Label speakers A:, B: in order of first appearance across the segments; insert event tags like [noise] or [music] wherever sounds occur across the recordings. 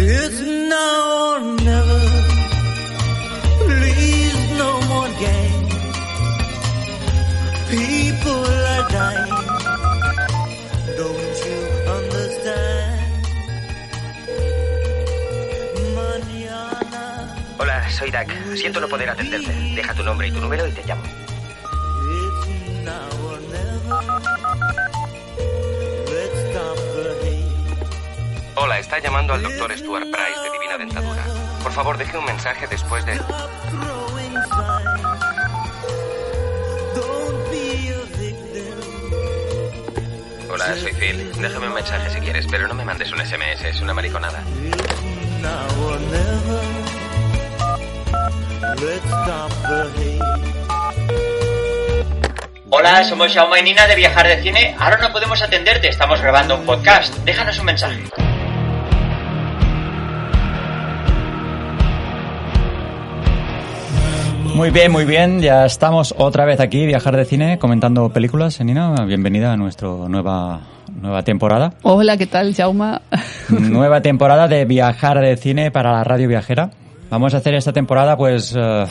A: It's now or never. Please, no more game. People are dying. Don't you understand? Mañana.
B: Hola, soy Dak. Siento no poder atenderte. Deja tu nombre y tu número y te llamo.
A: It's now or never. Let's stop the hate.
B: Hola, está llamando al doctor Stuart Price de Divina Dentadura. Por favor, deje un mensaje después de...
A: Stop throwing signs. Don't be a victim.
B: Hola, soy Phil. Déjame un mensaje si quieres, pero no me mandes un SMS, es una mariconada.
A: It's now or never. Let's stop the hate.
C: Hola, somos Jaume y Nina de Viajar de Cine. Ahora no podemos atenderte, estamos grabando un podcast. Déjanos un mensaje.
D: Muy bien, muy bien. Ya estamos otra vez aquí, Viajar de Cine, comentando películas. Nina, bienvenida a nuestra nueva, nueva temporada.
E: Hola, ¿qué tal, Jauma?
D: nueva temporada de Viajar de Cine para la Radio Viajera. Vamos a hacer esta temporada, pues, eh,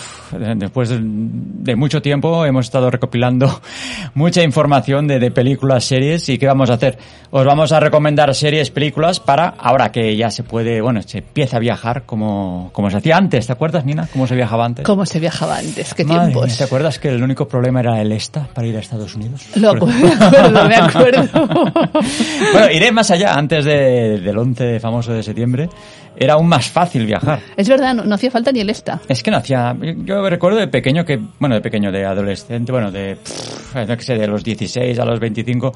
D: después de mucho tiempo hemos estado recopilando [laughs] mucha información de, de películas, series y qué vamos a hacer. Os vamos a recomendar series, películas para ahora que ya se puede, bueno, se empieza a viajar como, como se hacía antes. ¿Te acuerdas, Nina? ¿Cómo se viajaba antes?
E: [laughs] ¿Cómo se viajaba antes? ¿Qué
D: Madre
E: tiempos?
D: mía, ¿Te acuerdas que el único problema era el ESTA para ir a Estados Unidos? Pues-
E: Lo acu- me acuerdo, me acuerdo.
D: [laughs] bueno, iré más allá. Antes de- del 11 famoso de septiembre, era aún más fácil viajar.
E: Es verdad, no, no hacía falta ni el esta.
D: Es que no hacía... Yo recuerdo de pequeño que... Bueno, de pequeño, de adolescente, bueno, de... pff, no que sé, de los 16 a los 25,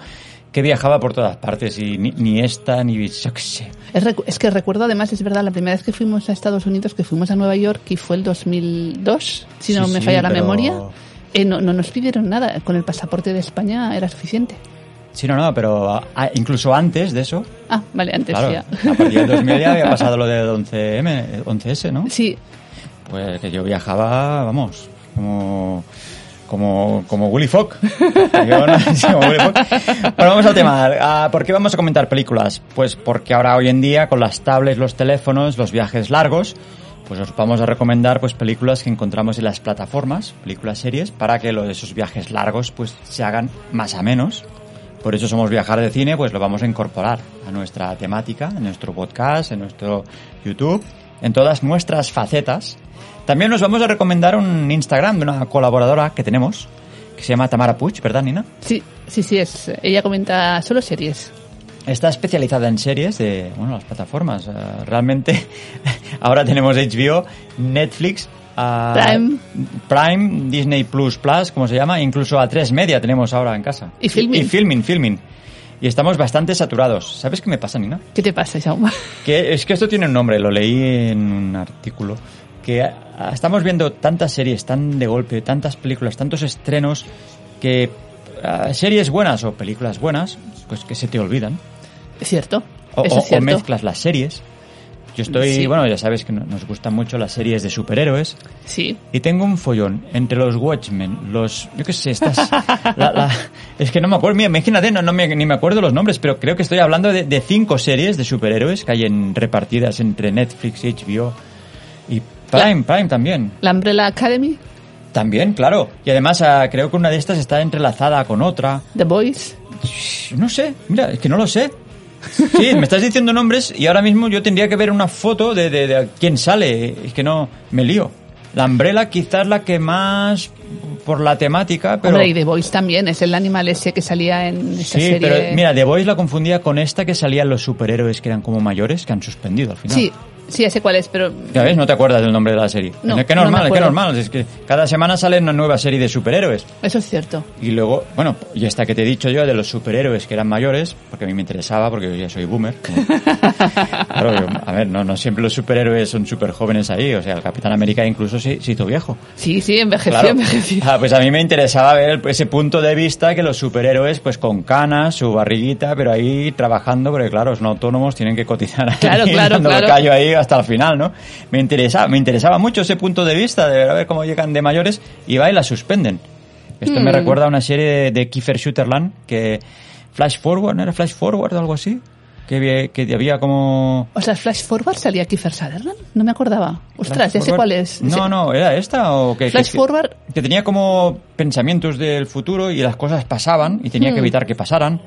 D: que viajaba por todas partes y ni, ni esta, ni... Yo qué sé.
E: Es, recu- es que recuerdo además, es verdad, la primera vez que fuimos a Estados Unidos, que fuimos a Nueva York y fue el 2002, si no
D: Sí,
E: me
D: sí,
E: falla la
D: pero-
E: memoria, eh, no, no nos pidieron nada. Con el pasaporte de España era suficiente.
D: Sí, no, no, pero ah, incluso antes de eso,
E: Ah, vale, antes
D: claro,
E: ya.
D: a partir del 2000 ya había pasado lo del 11M, 11S, ¿no?
E: [laughs] Sí,
D: Pues que yo viajaba, vamos, como como como Willy Fogg. [laughs] Yo no- sí, como Willy Fogg. Bueno, vamos al tema. Ah, ¿Por qué vamos a comentar películas? Pues porque ahora hoy en día con las tablets, los teléfonos, los viajes largos, pues os vamos a recomendar pues películas que encontramos en las plataformas, películas, series, para que los, esos viajes largos pues se hagan más a menos. Por eso somos Viajar de Cine, pues lo vamos a incorporar a nuestra temática, en nuestro podcast, en nuestro YouTube, en todas nuestras facetas. También nos vamos a recomendar un Instagram de una colaboradora que tenemos, que se llama Tamara Puig, ¿verdad, Nina?
E: sí, sí, sí, es. Ella comenta solo series.
D: Está especializada en series de, bueno, las plataformas. eh, realmente, [laughs] ahora tenemos HBO, Netflix, ah,
E: Prime.
D: Prime, Disney Plus Plus, como se llama, e incluso a 3 media tenemos ahora en casa.
E: Y Filmin.
D: Y, filming, filming. Y estamos bastante saturados. ¿Sabes qué me pasa, Nina?
E: ¿Qué te pasa, Jauma?
D: Que es que esto tiene un nombre, lo leí en un artículo. Que ah, estamos viendo tantas series tan de golpe, tantas películas, tantos estrenos, que ah, series buenas o películas buenas, pues que se te olvidan.
E: Cierto.
D: O,
E: eso
D: o-
E: [laughs] es
D: o
E: cierto.
D: mezclas las series. Yo estoy,
E: Sí.
D: bueno, ya sabes que no- nos gustan mucho las series de superhéroes.
E: Sí,
D: Y tengo un follón entre los Watchmen, los... Yo qué sé,
E: [laughs]
D: estas... la- la- es que no me acuerdo, mira, imagínate, no, no me, ni me acuerdo los nombres, pero creo que estoy hablando de, de cinco series de superhéroes que hay en, repartidas entre Netflix, HBO y Prime, Prime también.
E: la Umbrella Academy,
D: También, claro. Y además ah, creo que una de estas está entrelazada con otra.
E: The Boys.
D: No sé, mira, es que no lo sé. Sí, me estás diciendo nombres y ahora mismo yo tendría que ver una foto de, de- de quién sale. Es que no, me lío. La Umbrella quizás la que más por la temática, pero...
E: Hombre, y The Voice también, es el animal ese que salía en esta
D: sí,
E: serie.
D: pero mira, The Voice la confundía con esta que salían los superhéroes que eran como mayores, que han suspendido al final.
E: Sí, Sí, ya sé cuál es, pero
D: Ya ves, no te acuerdas del nombre de la serie.
E: No,
D: qué
E: no me
D: normal, qué
E: acuerdo.
D: normal. Es que cada semana sale una nueva serie de superhéroes.
E: eso es cierto.
D: Y luego, bueno, y esta que te he dicho yo de los superhéroes que eran mayores, porque a mí me interesaba, porque yo ya soy boomer. como- Claro, yo- a ver, no, no siempre los superhéroes son súper jóvenes ahí, o sea, el Capitán América incluso se se hizo viejo.
E: Sí, sí, envejeció,
D: Claro.
E: envejeció.
D: Ah, pues a mí me interesaba ver el- ese punto de vista que los superhéroes, pues con canas, su barriguita, pero ahí trabajando, porque claro, son autónomos, tienen que cotizar ahí, [laughs]
E: Claro, claro,
D: dando
E: claro.
D: callo ahí hasta el final, ¿no? Me interesaba, me interesaba mucho ese punto de vista, de ver a ver cómo llegan de mayores y va y la suspenden. Esto
E: Hmm.
D: me recuerda a una serie de, de Kiefer Sutherland que Flash Forward, ¿no era Flash Forward o algo así? Que, vi- que había como...
E: O sea, Flash Forward salía Kiefer Sutherland, no me acordaba. Ostras,
D: Flash
E: ya sé
D: Forward.
E: cuál es.
D: No,
E: Sí.
D: no, ¿era esta o qué?
E: Flash
D: Que-
E: Forward.
D: Que tenía como pensamientos del futuro y las cosas pasaban y
E: Hmm.
D: tenía que evitar que pasaran.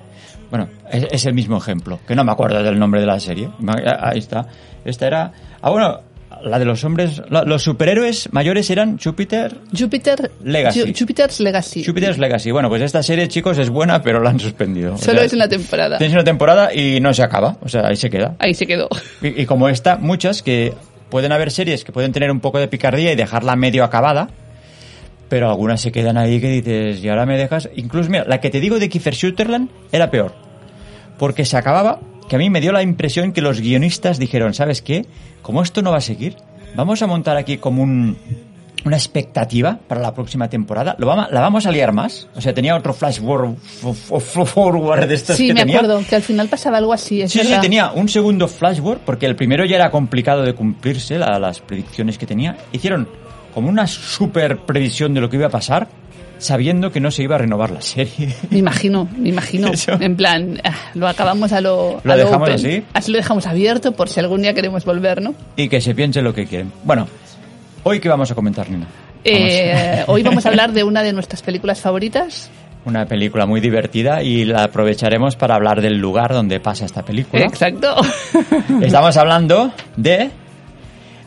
D: Bueno, es, es el mismo ejemplo, que no me acuerdo del nombre de la serie. Ma- Ahí está. Esta era... Ah, bueno, la de los hombres... la- los superhéroes mayores eran Júpiter...
E: Jupiter
D: Legacy.
E: Ju- Jupiter's Legacy.
D: Júpiter's Legacy. Bueno, pues esta serie, chicos, es buena, pero la han suspendido. O
E: Solo
D: sea,
E: es una temporada.
D: Tienes una temporada y no se acaba. O sea, ahí se queda.
E: Ahí
D: [laughs]
E: se quedó.
D: Y, y como esta, muchas que pueden haber series que pueden tener un poco de picardía y dejarla medio acabada, pero algunas se quedan ahí que dices, y ahora me dejas. Incluso, mira, la que te digo de Kiefer Sutherland era peor, porque se acababa, que a mí me dio la impresión que los guionistas dijeron, ¿sabes qué? Como esto no va a seguir, vamos a montar aquí como un. Una expectativa para la próxima temporada. Lo vamos, la vamos a liar más. O sea, tenía otro flash for- for- for- forward de estos
E: Sí,
D: que
E: me
D: tenía.
E: acuerdo, que al final pasaba algo así. es
D: Sí, sí,
E: verdad.
D: tenía un segundo flashboard, porque el primero ya era complicado de cumplirse, la- las predicciones que tenía. Hicieron como una super previsión de lo que iba a pasar, sabiendo que no se iba a renovar la serie. [laughs]
E: Me imagino, me imagino.
D: Eso.
E: En plan, ah, lo acabamos a lo.
D: Lo
E: a
D: dejamos
E: open.
D: así.
E: lo dejamos abierto por si algún día queremos volver, ¿no?
D: Y que se piense lo que quieren. Bueno, hoy que vamos a comentar, Nina.
E: Eh, hoy vamos a hablar de una de nuestras
D: [laughs]
E: películas favoritas.
D: Una película muy divertida y la aprovecharemos para hablar del lugar donde pasa esta película.
E: [laughs] Exacto.
D: Estamos hablando de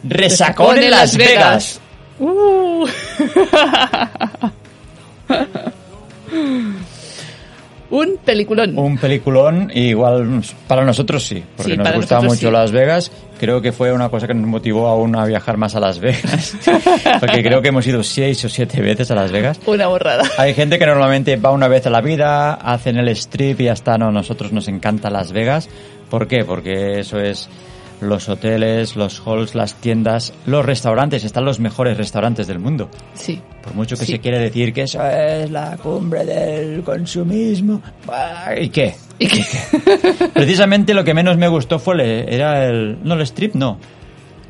D: Resacón en Las Vegas.
E: Uh. [laughs] Un peliculón.
D: Un peliculón, y igual para nosotros sí, porque
E: Sí,
D: nos
E: para
D: gustaba
E: nosotros
D: mucho
E: sí.
D: Las Vegas. Creo que fue una cosa que nos motivó aún a viajar más a Las Vegas,
E: [laughs]
D: porque creo que hemos ido seis o siete veces a Las Vegas.
E: Una borrada.
D: Hay gente que normalmente va una vez a la vida, hacen el strip y ya está. No, nosotros nos encanta Las Vegas. ¿Por qué? Porque eso es los hoteles, los halls, las tiendas, los restaurantes. Están los mejores restaurantes del mundo.
E: Sí.
D: Por mucho que
E: Sí.
D: se quiera decir que eso es la cumbre del consumismo. ¿Y qué?
E: ¿Y qué?
D: Precisamente lo que menos me gustó fue el, era el... No, el strip no.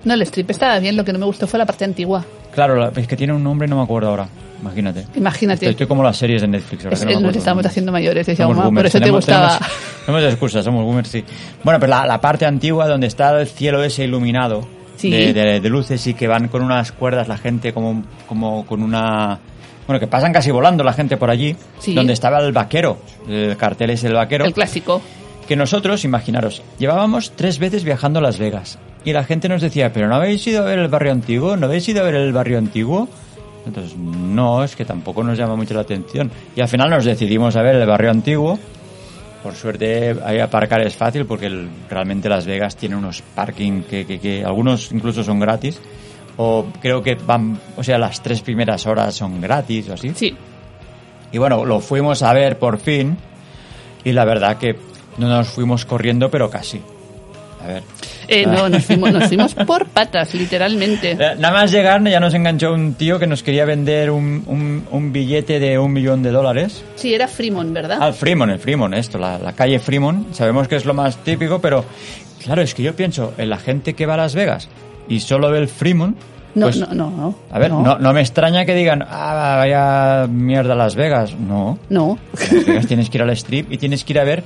E: No, el strip estaba bien, lo que no me gustó fue la parte antigua.
D: Claro, la- es que tiene un nombre, no me acuerdo ahora. Imagínate.
E: Imagínate.
D: Estoy, estoy como las series de Netflix. Ahora
E: Es-
D: que no me
E: nos
D: acuerdo.
E: estamos haciendo mayores, eh,
D: Somos
E: Jaume, por
D: boomers,
E: eso te
D: tenemos-
E: gustaba.
D: Tenemos, tenemos excusas, somos boomers, sí. Bueno, pues la, la parte antigua donde está el cielo ese iluminado
E: Sí.
D: de, de- de luces y que van con unas cuerdas la gente como, como con una... Bueno, que pasan casi volando la gente por allí.
E: Sí.
D: Donde estaba el vaquero, el cartel es el vaquero.
E: El clásico.
D: que nosotros, imaginaros, llevábamos tres veces viajando a Las Vegas. Y la gente nos decía, pero ¿no habéis ido a ver el barrio antiguo? ¿No habéis ido a ver el barrio antiguo? Entonces, no, es que tampoco nos llama mucho la atención. Y al final nos decidimos a ver el barrio antiguo. Por suerte, ahí aparcar es fácil porque el- realmente Las Vegas tiene unos parking que, que- que algunos incluso son gratis. O creo que van, o sea, las tres primeras horas son gratis o así.
E: Sí.
D: Y bueno, lo fuimos a ver por fin. Y la verdad que no nos fuimos corriendo, pero casi. A ver.
E: Eh, no, nos fuimos, nos fuimos por
D: [laughs]
E: patas, literalmente.
D: Eh, Nada más llegar ya nos enganchó un tío que nos quería vender un, un- un billete de un millón de dólares.
E: Sí, era Fremont, ¿verdad?
D: Al Fremont, el Fremont, esto, la, la calle Fremont. Sabemos que es lo más típico, pero claro, es que yo pienso en la gente que va a Las Vegas y solo ve el Fremont.
E: No,
D: pues,
E: no, no, no.
D: A ver,
E: no.
D: no. no me extraña que digan, ah, vaya mierda Las Vegas. No,
E: No.
D: Las Vegas tienes que ir al strip y tienes que ir a ver,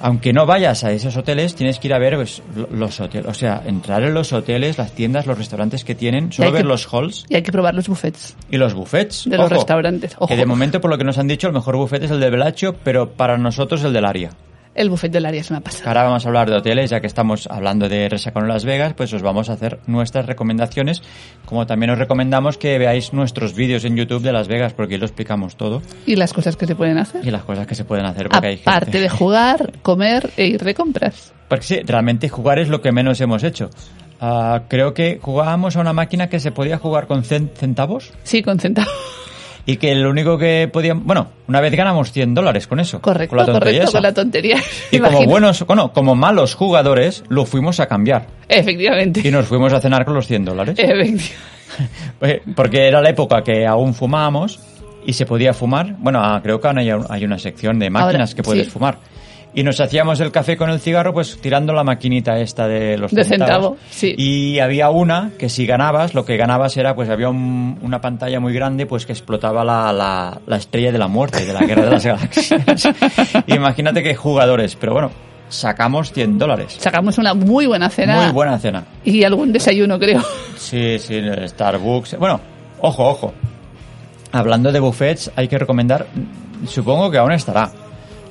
D: aunque no vayas a esos hoteles, tienes que ir a ver pues, lo- los hoteles. O sea, entrar en los hoteles, las tiendas, los restaurantes que tienen, solo
E: hay que-
D: ver los halls
E: Y hay que probar los buffets.
D: y los buffets.
E: De los restaurantes, ojo.
D: Que de momento, por lo que nos han dicho, el mejor buffet es el de Bellagio, pero para nosotros el del área.
E: El buffet del área es una pasada.
D: Ahora vamos a hablar de hoteles, ya que estamos hablando de Resacón en Las Vegas, pues os vamos a hacer nuestras recomendaciones, como también os recomendamos que veáis nuestros vídeos en YouTube de Las Vegas, porque ahí lo explicamos todo
E: Y las cosas que se pueden hacer.
D: y las cosas que se pueden hacer. Porque hay gente...
E: Aparte de jugar, comer e ir de compras.
D: Porque sí, realmente jugar es lo que menos hemos hecho. Ah, creo que jugábamos a una máquina que se podía jugar con cen- centavos
E: Sí, con centavos.
D: y que lo único que podíamos... Bueno, una vez ganamos 100 dólares con eso.
E: Correcto,
D: con la tontería
E: correcto,
D: esa.
E: con la tontería.
D: Y como
E: Imagino.
D: buenos, bueno, como malos jugadores, lo fuimos a cambiar.
E: Efectivamente.
D: Y nos fuimos a cenar con los 100 dólares.
E: Efectivamente.
D: Eh, Porque era la época que aún fumábamos y se podía fumar. Bueno, ah, creo que ahora hay, hay una sección de máquinas
E: Ahora,
D: que puedes
E: sí.
D: fumar. Y nos hacíamos el café con el cigarro, pues tirando la maquinita esta de los
E: De
D: centavos.
E: centavo, sí.
D: Y había una que si ganabas, lo que ganabas era, pues había un- una pantalla muy grande, pues que explotaba la, la- la estrella de la muerte, de la guerra de las galaxias.
E: [laughs]
D: Imagínate qué jugadores, pero bueno, sacamos 100 dólares.
E: Sacamos una muy buena cena.
D: Muy buena cena.
E: Y algún desayuno, creo.
D: Sí, sí, en el Starbucks. Bueno, ojo, ojo. Hablando de buffets, hay que recomendar, supongo que aún estará,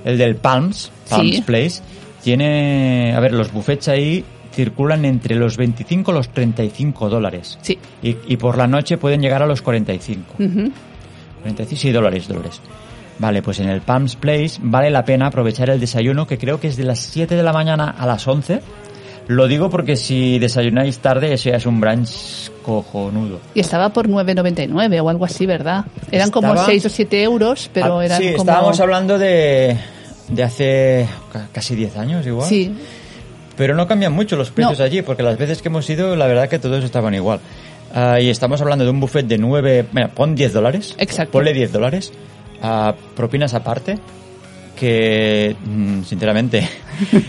D: el del Palms, Palms
E: Sí.
D: Place. Tiene, a ver, los buffets ahí circulan entre los 25 y los 35 dólares.
E: Sí.
D: Y, y por la noche pueden llegar a los 45.
E: Ujú.
D: 46 sí, dólares, dólares. Vale, pues en el Palms Place vale la pena aprovechar el desayuno que creo que es de las 7 de la mañana a las 11. Lo digo porque si desayunáis tarde, eso ya es un brunch cojonudo.
E: Y estaba por 9,99 o algo así, ¿verdad? Eran como
D: Estaba-
E: 6 o 7 euros, pero
D: Ah,
E: eran
D: sí,
E: como...
D: estábamos hablando de, de hace ca- casi 10 años igual.
E: Sí, [laughs]
D: Pero no cambian mucho los precios
E: No.
D: allí, porque las veces que hemos ido, la verdad que todos estaban igual. Ah, y estamos hablando de un buffet de 9, mira, pon 10 dólares.
E: Exacto.
D: Ponle 10 dólares. ah, propinas aparte, que mm, sinceramente...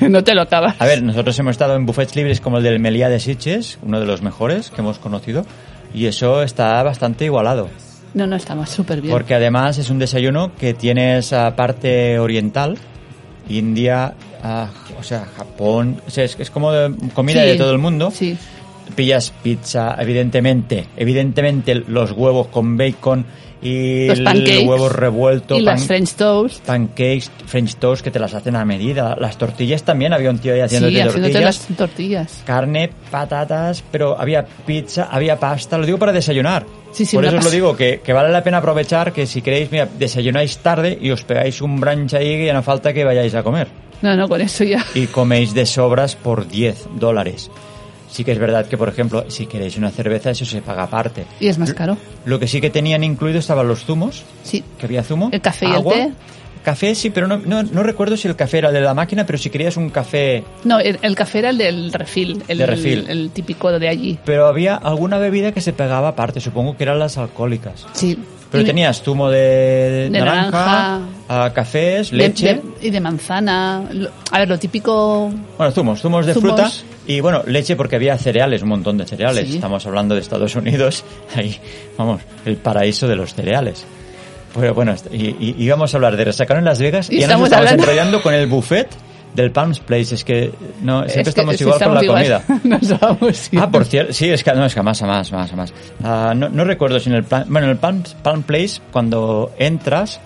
E: no te lo acabas.
D: A ver, nosotros hemos estado en buffets libres como el del Meliá de Sitges, uno de los mejores que hemos conocido, y eso está bastante igualado.
E: No, no, estaba súper bien.
D: Porque además es un desayuno que tiene esa parte oriental, India, ah, o sea, Japón, o sea, es, es como de comida
E: Sí,
D: de todo el mundo.
E: Sí,
D: Pillas pizza, evidentemente, evidentemente los huevos con bacon y
E: Los pancakes
D: el huevo revuelto,
E: y las
D: pan-
E: French toast.
D: pancakes, french toast que te las hacen a medida, las tortillas también, había un tío ahí
E: Sí,
D: haciéndote
E: haciéndote
D: tortillas
E: las tortillas.
D: carne, patatas, pero había pizza, había pasta, lo digo para desayunar.
E: Sí, sí,
D: Por
E: una
D: eso os lo
E: pasta.
D: digo, que, que vale la pena aprovechar, que si queréis, mira, desayunáis tarde y os pegáis un brunch ahí que ya no falta que vayáis a comer.
E: No, no, con
D: [laughs]
E: eso ya.
D: Y coméis de sobras por 10 dólares. Sí que es verdad que, por ejemplo, si queréis una cerveza, eso se paga aparte.
E: Y es más caro.
D: Lo que sí que tenían incluido estaban los zumos,
E: Sí.
D: que había zumo.
E: El café y el
D: agua.
E: té.
D: Café sí, pero no, no, no recuerdo si el café era de la máquina, pero si querías un café
E: No, el, el café era el del refil. El,
D: De refil.
E: El típico de allí.
D: Pero había alguna bebida que se pegaba aparte, supongo que eran las alcohólicas.
E: Sí.
D: Pero
E: Y-
D: tenías zumo de,
E: De
D: naranja,
E: naranja.
D: ah, cafés,
E: de-
D: leche.
E: de- y de manzana. Lo- A ver, lo típico...
D: Bueno, zumos, zumos de
E: Zumos.
D: fruta y bueno, leche porque había cereales, un montón de cereales.
E: Sí.
D: Estamos hablando de Estados Unidos, [laughs] ahí, vamos, el paraíso de los cereales. Pero bueno, est- y, y- y íbamos a hablar de Resacano en Las Vegas y,
E: Y
D: ya nos
E: estamos
D: estamos
E: hablando-
D: enrollando con el buffet del Palms Place. Es que no, siempre
E: Es que
D: estamos
E: si
D: igual con la
E: estamos
D: comida.
E: [laughs] igual, pues Nos vamos
D: Ah, por cierto, sí, es que no, es que a más, a más, a más, a más. Ah, no, no recuerdo si en el plan, bueno, en el Palm, Palm Place cuando entras,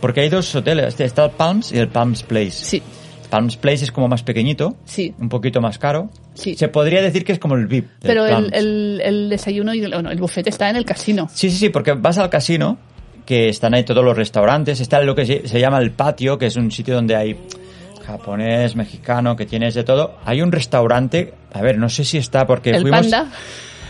D: porque hay dos hoteles, este, está el Palms y el Palms Place.
E: Sí.
D: Palms Place es como más pequeñito,
E: Sí.
D: un poquito más caro.
E: Sí.
D: Se podría decir que es como el VIP. del
E: Pero el,
D: Palms.
E: el, el desayuno y el, bueno, el bufete está en el casino.
D: Sí, sí, sí, porque vas al casino, que están ahí todos los restaurantes, está lo que se se llama el patio, que es un sitio donde hay japonés, mexicano, que tienes de todo. Hay un restaurante, a ver, no sé si está porque
E: el
D: fuimos...
E: panda.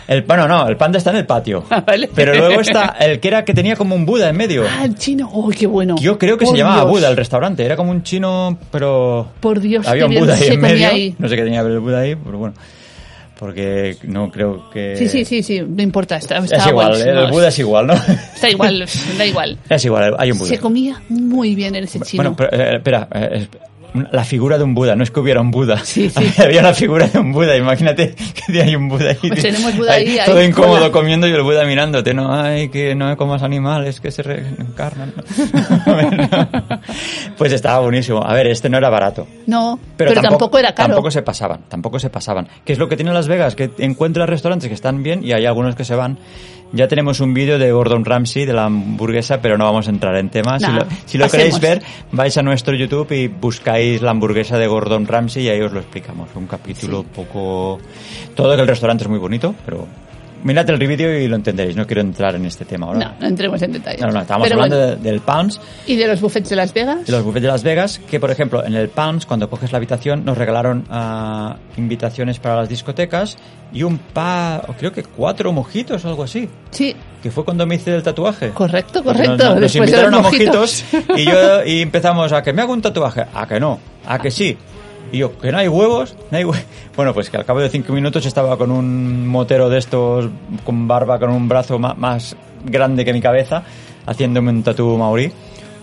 D: El, bueno, no, el panda está en el patio.
E: [laughs] Ah, vale.
D: Pero luego está el que era que tenía como un Buda en medio.
E: Ah, el chino. ¡Uy, qué bueno!
D: Yo creo que
E: Por
D: se llamaba
E: Dios.
D: Buda el restaurante. Era como un chino, pero.
E: Por Dios,
D: Había
E: qué
D: un
E: bien
D: Buda ahí
E: se
D: en
E: comía
D: medio.
E: ahí.
D: No sé qué tenía que ver el Buda ahí, pero bueno. Porque no creo que.
E: Sí, sí, sí, sí, no importa. Está,
D: eh, Es
E: está
D: igual,
E: bueno,
D: ¿eh? el
E: no,
D: Buda es igual, ¿no?
E: Está igual, da igual.
D: [laughs] es igual, hay un Buda.
E: Se comía muy bien en ese chino.
D: Bueno, pero, eh, espera, eh, es- una- la figura de un Buda, no es que hubiera un Buda. [laughs]
E: Sí, sí.
D: Había la figura de un Buda, imagínate que [laughs] hay un Buda ahí.
E: Pues tenemos Buda ahí, ahí,
D: Todo incómodo
E: hola.
D: comiendo y el Buda mirándote, no, ay, que no comas animales, que se reencarnan. [laughs]
E: [laughs]
D: pues estaba buenísimo. A ver, este no era barato.
E: no, pero, tampoco, era caro.
D: Tampoco se pasaban, tampoco se pasaban. Que es lo que tiene Las Vegas, que encuentras restaurantes que están bien y hay algunos que se van. Ya tenemos un vídeo de Gordon Ramsay de la hamburguesa, pero no vamos a entrar en temas. si
E: Nah,
D: lo, si lo
E: pasemos.
D: queréis ver, vais a nuestro YouTube y buscáis la hamburguesa de Gordon Ramsay y ahí os lo explicamos. Un capítulo poco... Todo que el restaurante es muy bonito, pero Mirad el vídeo y lo entenderéis. No quiero entrar en este tema ahora.
E: No, no entremos en detalles.
D: No, no, estábamos
E: Pero
D: hablando
E: bueno,
D: de- del Pounds,
E: ¿Y de los buffets de Las Vegas?
D: de los buffets de Las Vegas, que por ejemplo en el Pounds, cuando coges la habitación, nos regalaron ah, invitaciones para las discotecas y un par, o creo que cuatro mojitos o algo así.
E: Sí,
D: Que fue cuando me hice el tatuaje.
E: correcto,
D: Porque
E: correcto.
D: Pues Nos, nos
E: Después de
D: invitaron
E: los
D: a mojitos y
E: [laughs]
D: yo y empezamos a que me hago un tatuaje, a que no, a que sí. Y yo, que no hay huevos, no hay hue-". [laughs] Bueno, pues que al cabo de cinco minutos estaba con un motero de estos, con barba, con un brazo ma- más, grande que mi cabeza, haciéndome un tatu maurí,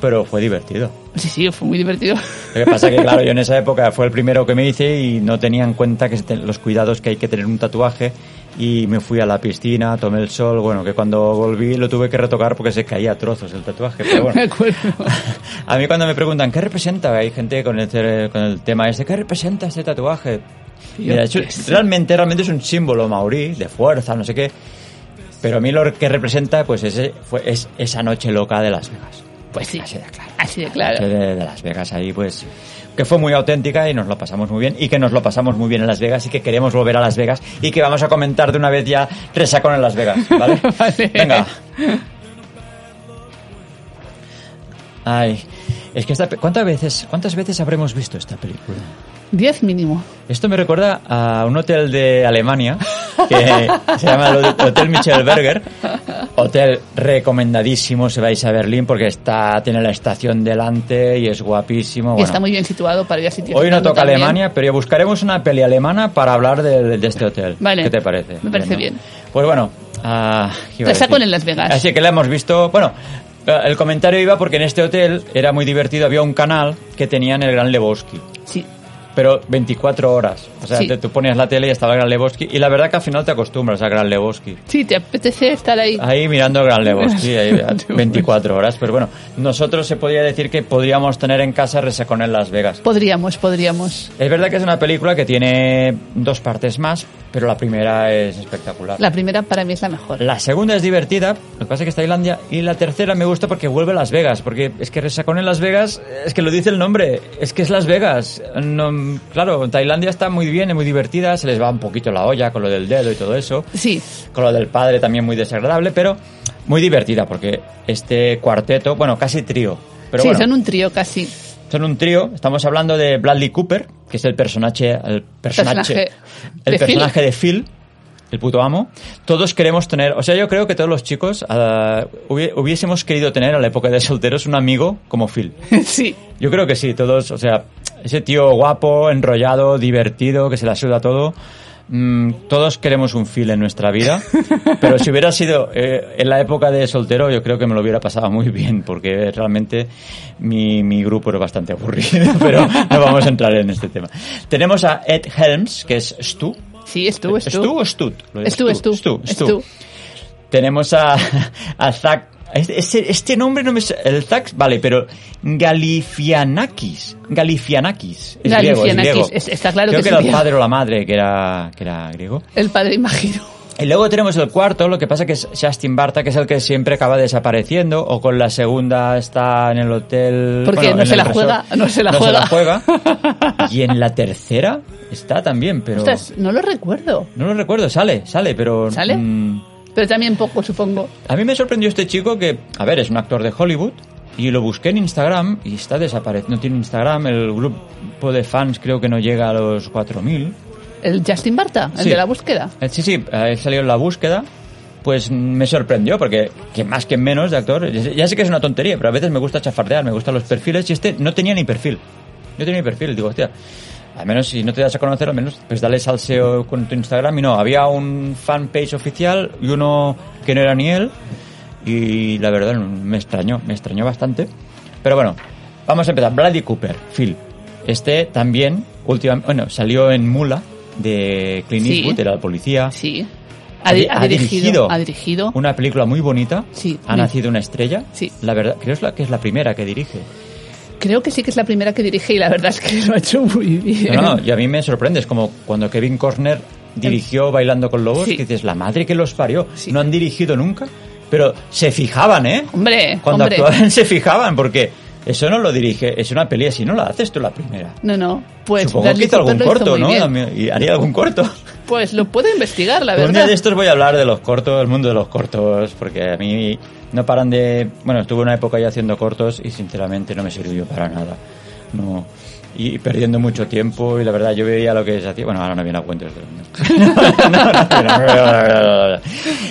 D: pero fue divertido.
E: Sí, sí, fue muy divertido.
D: Lo que pasa que, claro, yo en esa época fue el primero que me hice y no tenía en cuenta que se te- los cuidados que hay que tener un tatuaje y me fui a la piscina, tomé el sol, bueno, que cuando volví lo tuve que retocar porque se caía a trozos el tatuaje, pero
E: [laughs] Me
D: bueno.
E: acuerdo.
D: A mí cuando me preguntan, ¿qué representa? Hay gente con el, cer- con el tema este, ¿qué representa este tatuaje? Mira, es un-
E: qué sé.
D: realmente, realmente es un símbolo maurí, de fuerza, no sé qué. Pero a mí lo que representa pues es, fue, es esa noche loca de Las Vegas.
E: Pues sí.
D: Así de claro.
E: Así de claro.
D: De, de Las Vegas ahí, pues, que fue muy auténtica y nos lo pasamos muy bien y que nos lo pasamos muy bien en Las Vegas y que queremos volver a Las Vegas y que vamos a comentar de una vez ya Resacón en Las Vegas, ¿vale?
E: [laughs] Vale.
D: Venga. Ay, es que esta, pe- ¿cuántas veces, cuántas veces habremos visto esta película?
E: Diez mínimo.
D: Esto me recuerda a un hotel de Alemania
E: [laughs]
D: que se llama el Hotel Michelberger. Hotel recomendadísimo si vais a Berlín porque está tiene la estación delante y es guapísimo.
E: y
D: Bueno,
E: está muy bien situado para ir a sitios.
D: hoy no
E: andando
D: toca
E: también.
D: Alemania, pero ya buscaremos una peli alemana para hablar de, de este hotel.
E: Vale.
D: ¿Qué te parece?
E: Me parece
D: ¿no?
E: bien.
D: Pues bueno, ah, ¿qué iba a
E: La saco
D: decir?
E: en Las Vegas.
D: Así que la hemos visto. Bueno, eh, el comentario iba porque en este hotel era muy divertido. Había un canal que tenían el Gran Lebowski
E: Sí.
D: pero 24 horas. O sea,
E: Sí.
D: te, tú ponías la tele y estaba el Gran Lebowski. Y la verdad que al final te acostumbras al Gran Lebowski.
E: Sí, te apetece estar ahí.
D: Ahí mirando al Gran Lebowski, ahí, 24 horas. Pero bueno, nosotros se podría decir que podríamos tener en casa Resacón en Las Vegas.
E: Podríamos, podríamos.
D: Es verdad que es una película que tiene dos partes más, pero la primera es espectacular.
E: La primera para mí es la mejor.
D: La segunda es divertida, lo que pasa es que es Tailandia. Y la tercera me gusta porque vuelve a Las Vegas, porque es que Resacón en Las Vegas, es que lo dice el nombre, es que es Las Vegas. No, claro, Tailandia está muy bien, es muy divertida, se les va un poquito la olla con lo del dedo y todo eso.
E: Sí.
D: Con lo del padre también muy desagradable, pero muy divertida porque este cuarteto, bueno, casi trío. Pero
E: sí,
D: bueno,
E: son un trío casi. [laughs]
D: son un trío. Estamos hablando de Bradley Cooper, que es el personaje, el personaje,
E: Personaje
D: el
E: de
D: personaje de Phil, el puto amo. Todos queremos tener, o sea, yo creo que todos los chicos ah, hubi- hubiésemos querido tener a la época de solteros un amigo como Phil.
E: sí.
D: Yo creo que sí, todos, o sea, ese tío guapo, enrollado, divertido, que se la suda todo. Mm, todos queremos un Phil en nuestra [laughs] vida, pero si hubiera sido eh, en la época de soltero, yo creo que me lo hubiera pasado muy bien, porque realmente mi, mi grupo era bastante aburrido, [laughs] pero no vamos a entrar en este tema. Tenemos a Ed Helms, que es Stu.
E: Sí, estuvo,
D: ¿Stu
E: estuvo.
D: o Stut? Lo digo,
E: Estuvo, estuvo.
D: Stu, Stu.
E: Estuvo.
D: Tenemos a, a Zac- Este, este- este nombre no me... sa- El Zac, vale, pero Galifianakis. Galifianakis. Es griego, es
E: Galifianakis,
D: griego.
E: es- está claro
D: Creo
E: que
D: que,
E: es
D: era el
E: griego.
D: padre o la madre que era, que era griego.
E: El padre, imagino.
D: Y luego tenemos el cuarto, lo que pasa que es Justin Barta, que es el que siempre acaba desapareciendo, o con la segunda está en el hotel...
E: Porque
D: bueno,
E: no
D: en
E: se
D: el
E: la juega, no se la juega. [laughs]
D: juega. Y en la tercera está también, pero...
E: Ostras, no lo recuerdo.
D: No lo recuerdo, sale, sale, pero...
E: ¿Sale?
D: mm,
E: Pero también poco, supongo.
D: a mí me sorprendió este chico que, a ver, es un actor de Hollywood y lo busqué en Instagram y está desapareciendo. No tiene Instagram, el grupo de fans creo que no llega a los 4000.
E: El Justin Barta, el
D: Sí.
E: de la búsqueda.
D: Eh, Sí, sí, eh, salió en la búsqueda. Pues mm, me sorprendió porque, que más que menos de actor, ya sé- ya sé que es una tontería, pero a veces me gusta chafardear, me gustan los perfiles y este no tenía ni perfil. No tenía ni perfil, digo, hostia. Al menos si no te das a conocer, al menos pues dale salseo con tu Instagram y no. Había un fanpage oficial y uno que no era ni él y la verdad me extrañó, me extrañó bastante. Pero bueno, vamos a empezar. Bradley Cooper, Phil. Este también, últimamente, bueno, salió en Mula de Clint
E: Sí.
D: Eastwood, era el policía.
E: Sí. Ha, di-
D: di-
E: ha dirigido. Ha dirigido.
D: una película muy bonita.
E: Sí.
D: Ha nacido una estrella.
E: Sí.
D: La verdad, creo es la- que es la primera que dirige.
E: Creo que sí que es la primera que dirige y la verdad es que lo ha hecho muy bien.
D: No, no, y a mí me sorprende. Es como cuando Kevin Costner dirigió Bailando con Lobos,
E: Sí.
D: que dices, la madre que los parió.
E: Sí.
D: No han dirigido nunca, pero se fijaban, ¿eh?
E: Hombre,
D: Cuando
E: hombre.
D: actuaban se fijaban, porque Eso no lo dirige, es una peli así, no la haces tú la primera.
E: No, no. Pues
D: Supongo que
E: Bradley
D: hizo algún
E: Cooper lo hizo
D: corto,
E: muy
D: ¿no?
E: bien.
D: También- Y haría algún corto.
E: Pues lo puedo investigar, la
D: Un día
E: verdad.
D: Pues de estos voy a hablar de los cortos, el mundo de los cortos, porque a mí no paran de... Bueno, estuve una época ya haciendo cortos y sinceramente no me sirvió para nada. No. Y perdiendo mucho tiempo y la verdad yo veía lo que se hacía... Bueno, ahora no viene a cuentos de... No, no,
E: [laughs]
D: no, no, no, no, no.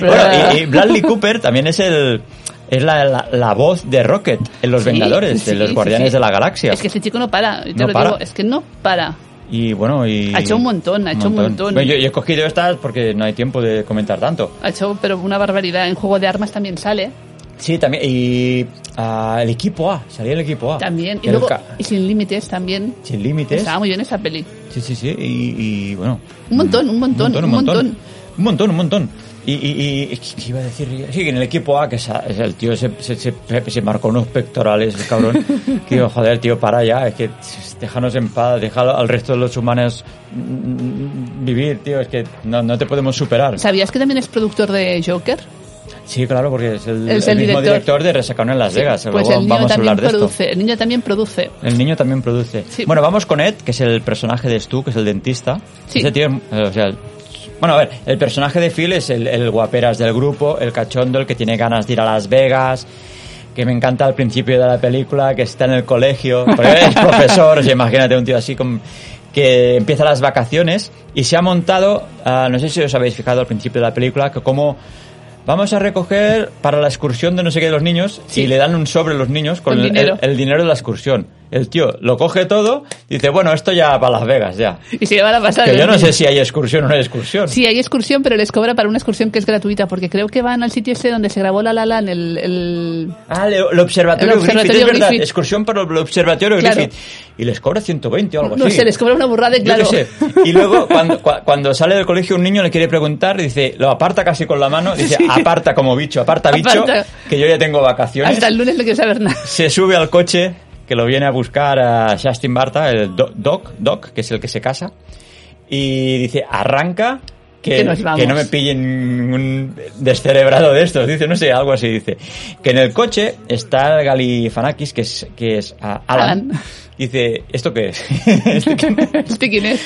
D: Bueno, y, y Bradley Cooper también es el... Es la, la- la voz de Rocket en Los
E: Sí,
D: Vengadores, de
E: sí,
D: los
E: sí,
D: Guardianes
E: sí.
D: de la Galaxia.
E: Es que este chico no para, yo te
D: No
E: lo
D: para.
E: digo, es que no para.
D: Y bueno, y...
E: Ha hecho un montón, ha hecho un montón.
D: Bueno, yo, yo he escogido estas porque no hay tiempo de comentar tanto.
E: Ha hecho, pero una barbaridad. En juego de armas también sale.
D: Sí, también. Y ah, el equipo A, salía el [laughs] equipo A.
E: También. Y
D: El
E: luego,
D: ca-
E: y sin límites también.
D: Sin límites.
E: Estaba muy bien esa peli.
D: Sí, sí, sí. Y, y, bueno.
E: Un montón, un montón, un montón.
D: Un montón, un montón. Y, y, y- ¿qué iba a decir? yo? Sí, que en el equipo A, que sa- es el tío se, se, se, se marcó unos pectorales, el
E: [laughs]
D: cabrón. que digo, joder, tío, para ya, es que déjanos en paz, deja al resto de los humanos mm, vivir, tío, es que no, no te podemos superar.
E: ¿Sabías que también es productor de Joker?
D: Sí, claro, porque es el,
E: Es
D: el
E: el
D: mismo
E: director.
D: director de Resacón en Las Vegas.
E: pues
D: luego
E: el niño
D: vamos a
E: también
D: hablar de esto.
E: produce. El niño también produce. [laughs]
D: El niño también produce.
E: Sí.
D: Bueno, vamos con Ed, que es el personaje de Stu, que es el dentista.
E: Sí.
D: Ese tío, es- eh, o sea, el- bueno, a ver, el personaje de Phil es el, el guaperas del grupo, el cachondo, el que tiene ganas de ir a Las Vegas, que me encanta al principio de la película, que está en el colegio, porque
E: [laughs]
D: es profesor, o sea, imagínate un tío así con- que empieza las vacaciones y se ha montado, ah, no sé si os habéis fijado al principio de la película, que como... Vamos a recoger para la excursión de no sé qué de los niños
E: Sí.
D: y le dan un sobre a los niños con,
E: Con
D: el- el-
E: dinero.
D: el dinero de la excursión. El tío lo coge todo y dice, bueno, esto ya para Las Vegas, ya.
E: Y se llevan a pasar.
D: Que
E: el
D: yo no
E: niño.
D: sé si hay excursión o no hay excursión.
E: Sí, hay excursión, pero les cobra para una excursión que es gratuita, porque creo que van al sitio ese donde se grabó La La Land, el, el-
D: Ah, el, el observatorio,
E: El observatorio
D: Griffith, es verdad,
E: Griffith.
D: excursión para el observatorio
E: Claro.
D: Griffith. Y les cobra 120 o algo
E: No
D: así.
E: sé, les cobra una burrada,
D: Yo
E: claro.
D: qué
E: [laughs]
D: sé. Y luego, cuando, cua- cuando sale del colegio, un niño le quiere preguntar, dice, lo aparta casi con la mano, dice, aparta como bicho, aparta bicho,
E: Aparta.
D: que yo ya tengo vacaciones.
E: Hasta el lunes no quiero saber nada. [laughs]
D: se sube al coche que lo viene a buscar a Justin Barta, el Do- Doc, Doc, que es el que se casa, y dice, arranca, que,
E: Que nos vamos.
D: que no me pillen un descerebrado de estos, dice, no sé, algo así, dice. Que en el coche está el Galifanakis, que es, que es ah, Alan.
E: Alan.
D: Dice, ¿esto qué es? ¿Esto qué es?
E: [laughs] ¿Este quién es?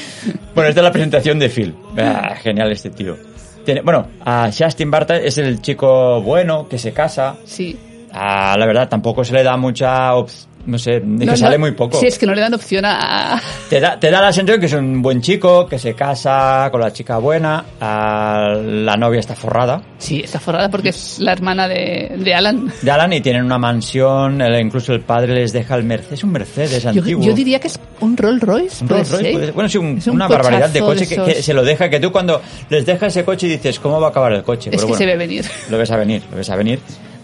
D: Bueno, esta es la presentación de Phil. Ah, genial este tío. Tiene- bueno, a Justin Barta es el chico bueno que se casa,
E: Sí.
D: Ah, la verdad, tampoco se le da mucha... op- No sé, es que
E: No, no,
D: sale muy poco.
E: Sí, es que no le dan opción a...
D: Te, da, te da la sensación que es un buen chico, que se casa con la chica buena, ah, la novia está forrada
E: Sí, está forrada porque es la hermana de, de Alan.
D: de Alan y tienen una mansión, el- incluso el padre les deja el Mercedes, es un Mercedes
E: Yo,
D: antiguo.
E: yo diría que es un Rolls Royce.
D: Un
E: puede
D: Rolls Royce,
E: ser.
D: puede ser. Bueno, sí, un-
E: Es un
D: una barbaridad de
E: cochazo
D: coche que,
E: esos.
D: que se lo deja, que tú cuando les deja ese coche dices, ¿cómo va a acabar el coche?
E: Es
D: Pero
E: que
D: bueno.
E: se ve venir.
D: Lo ves a venir, lo ves a venir.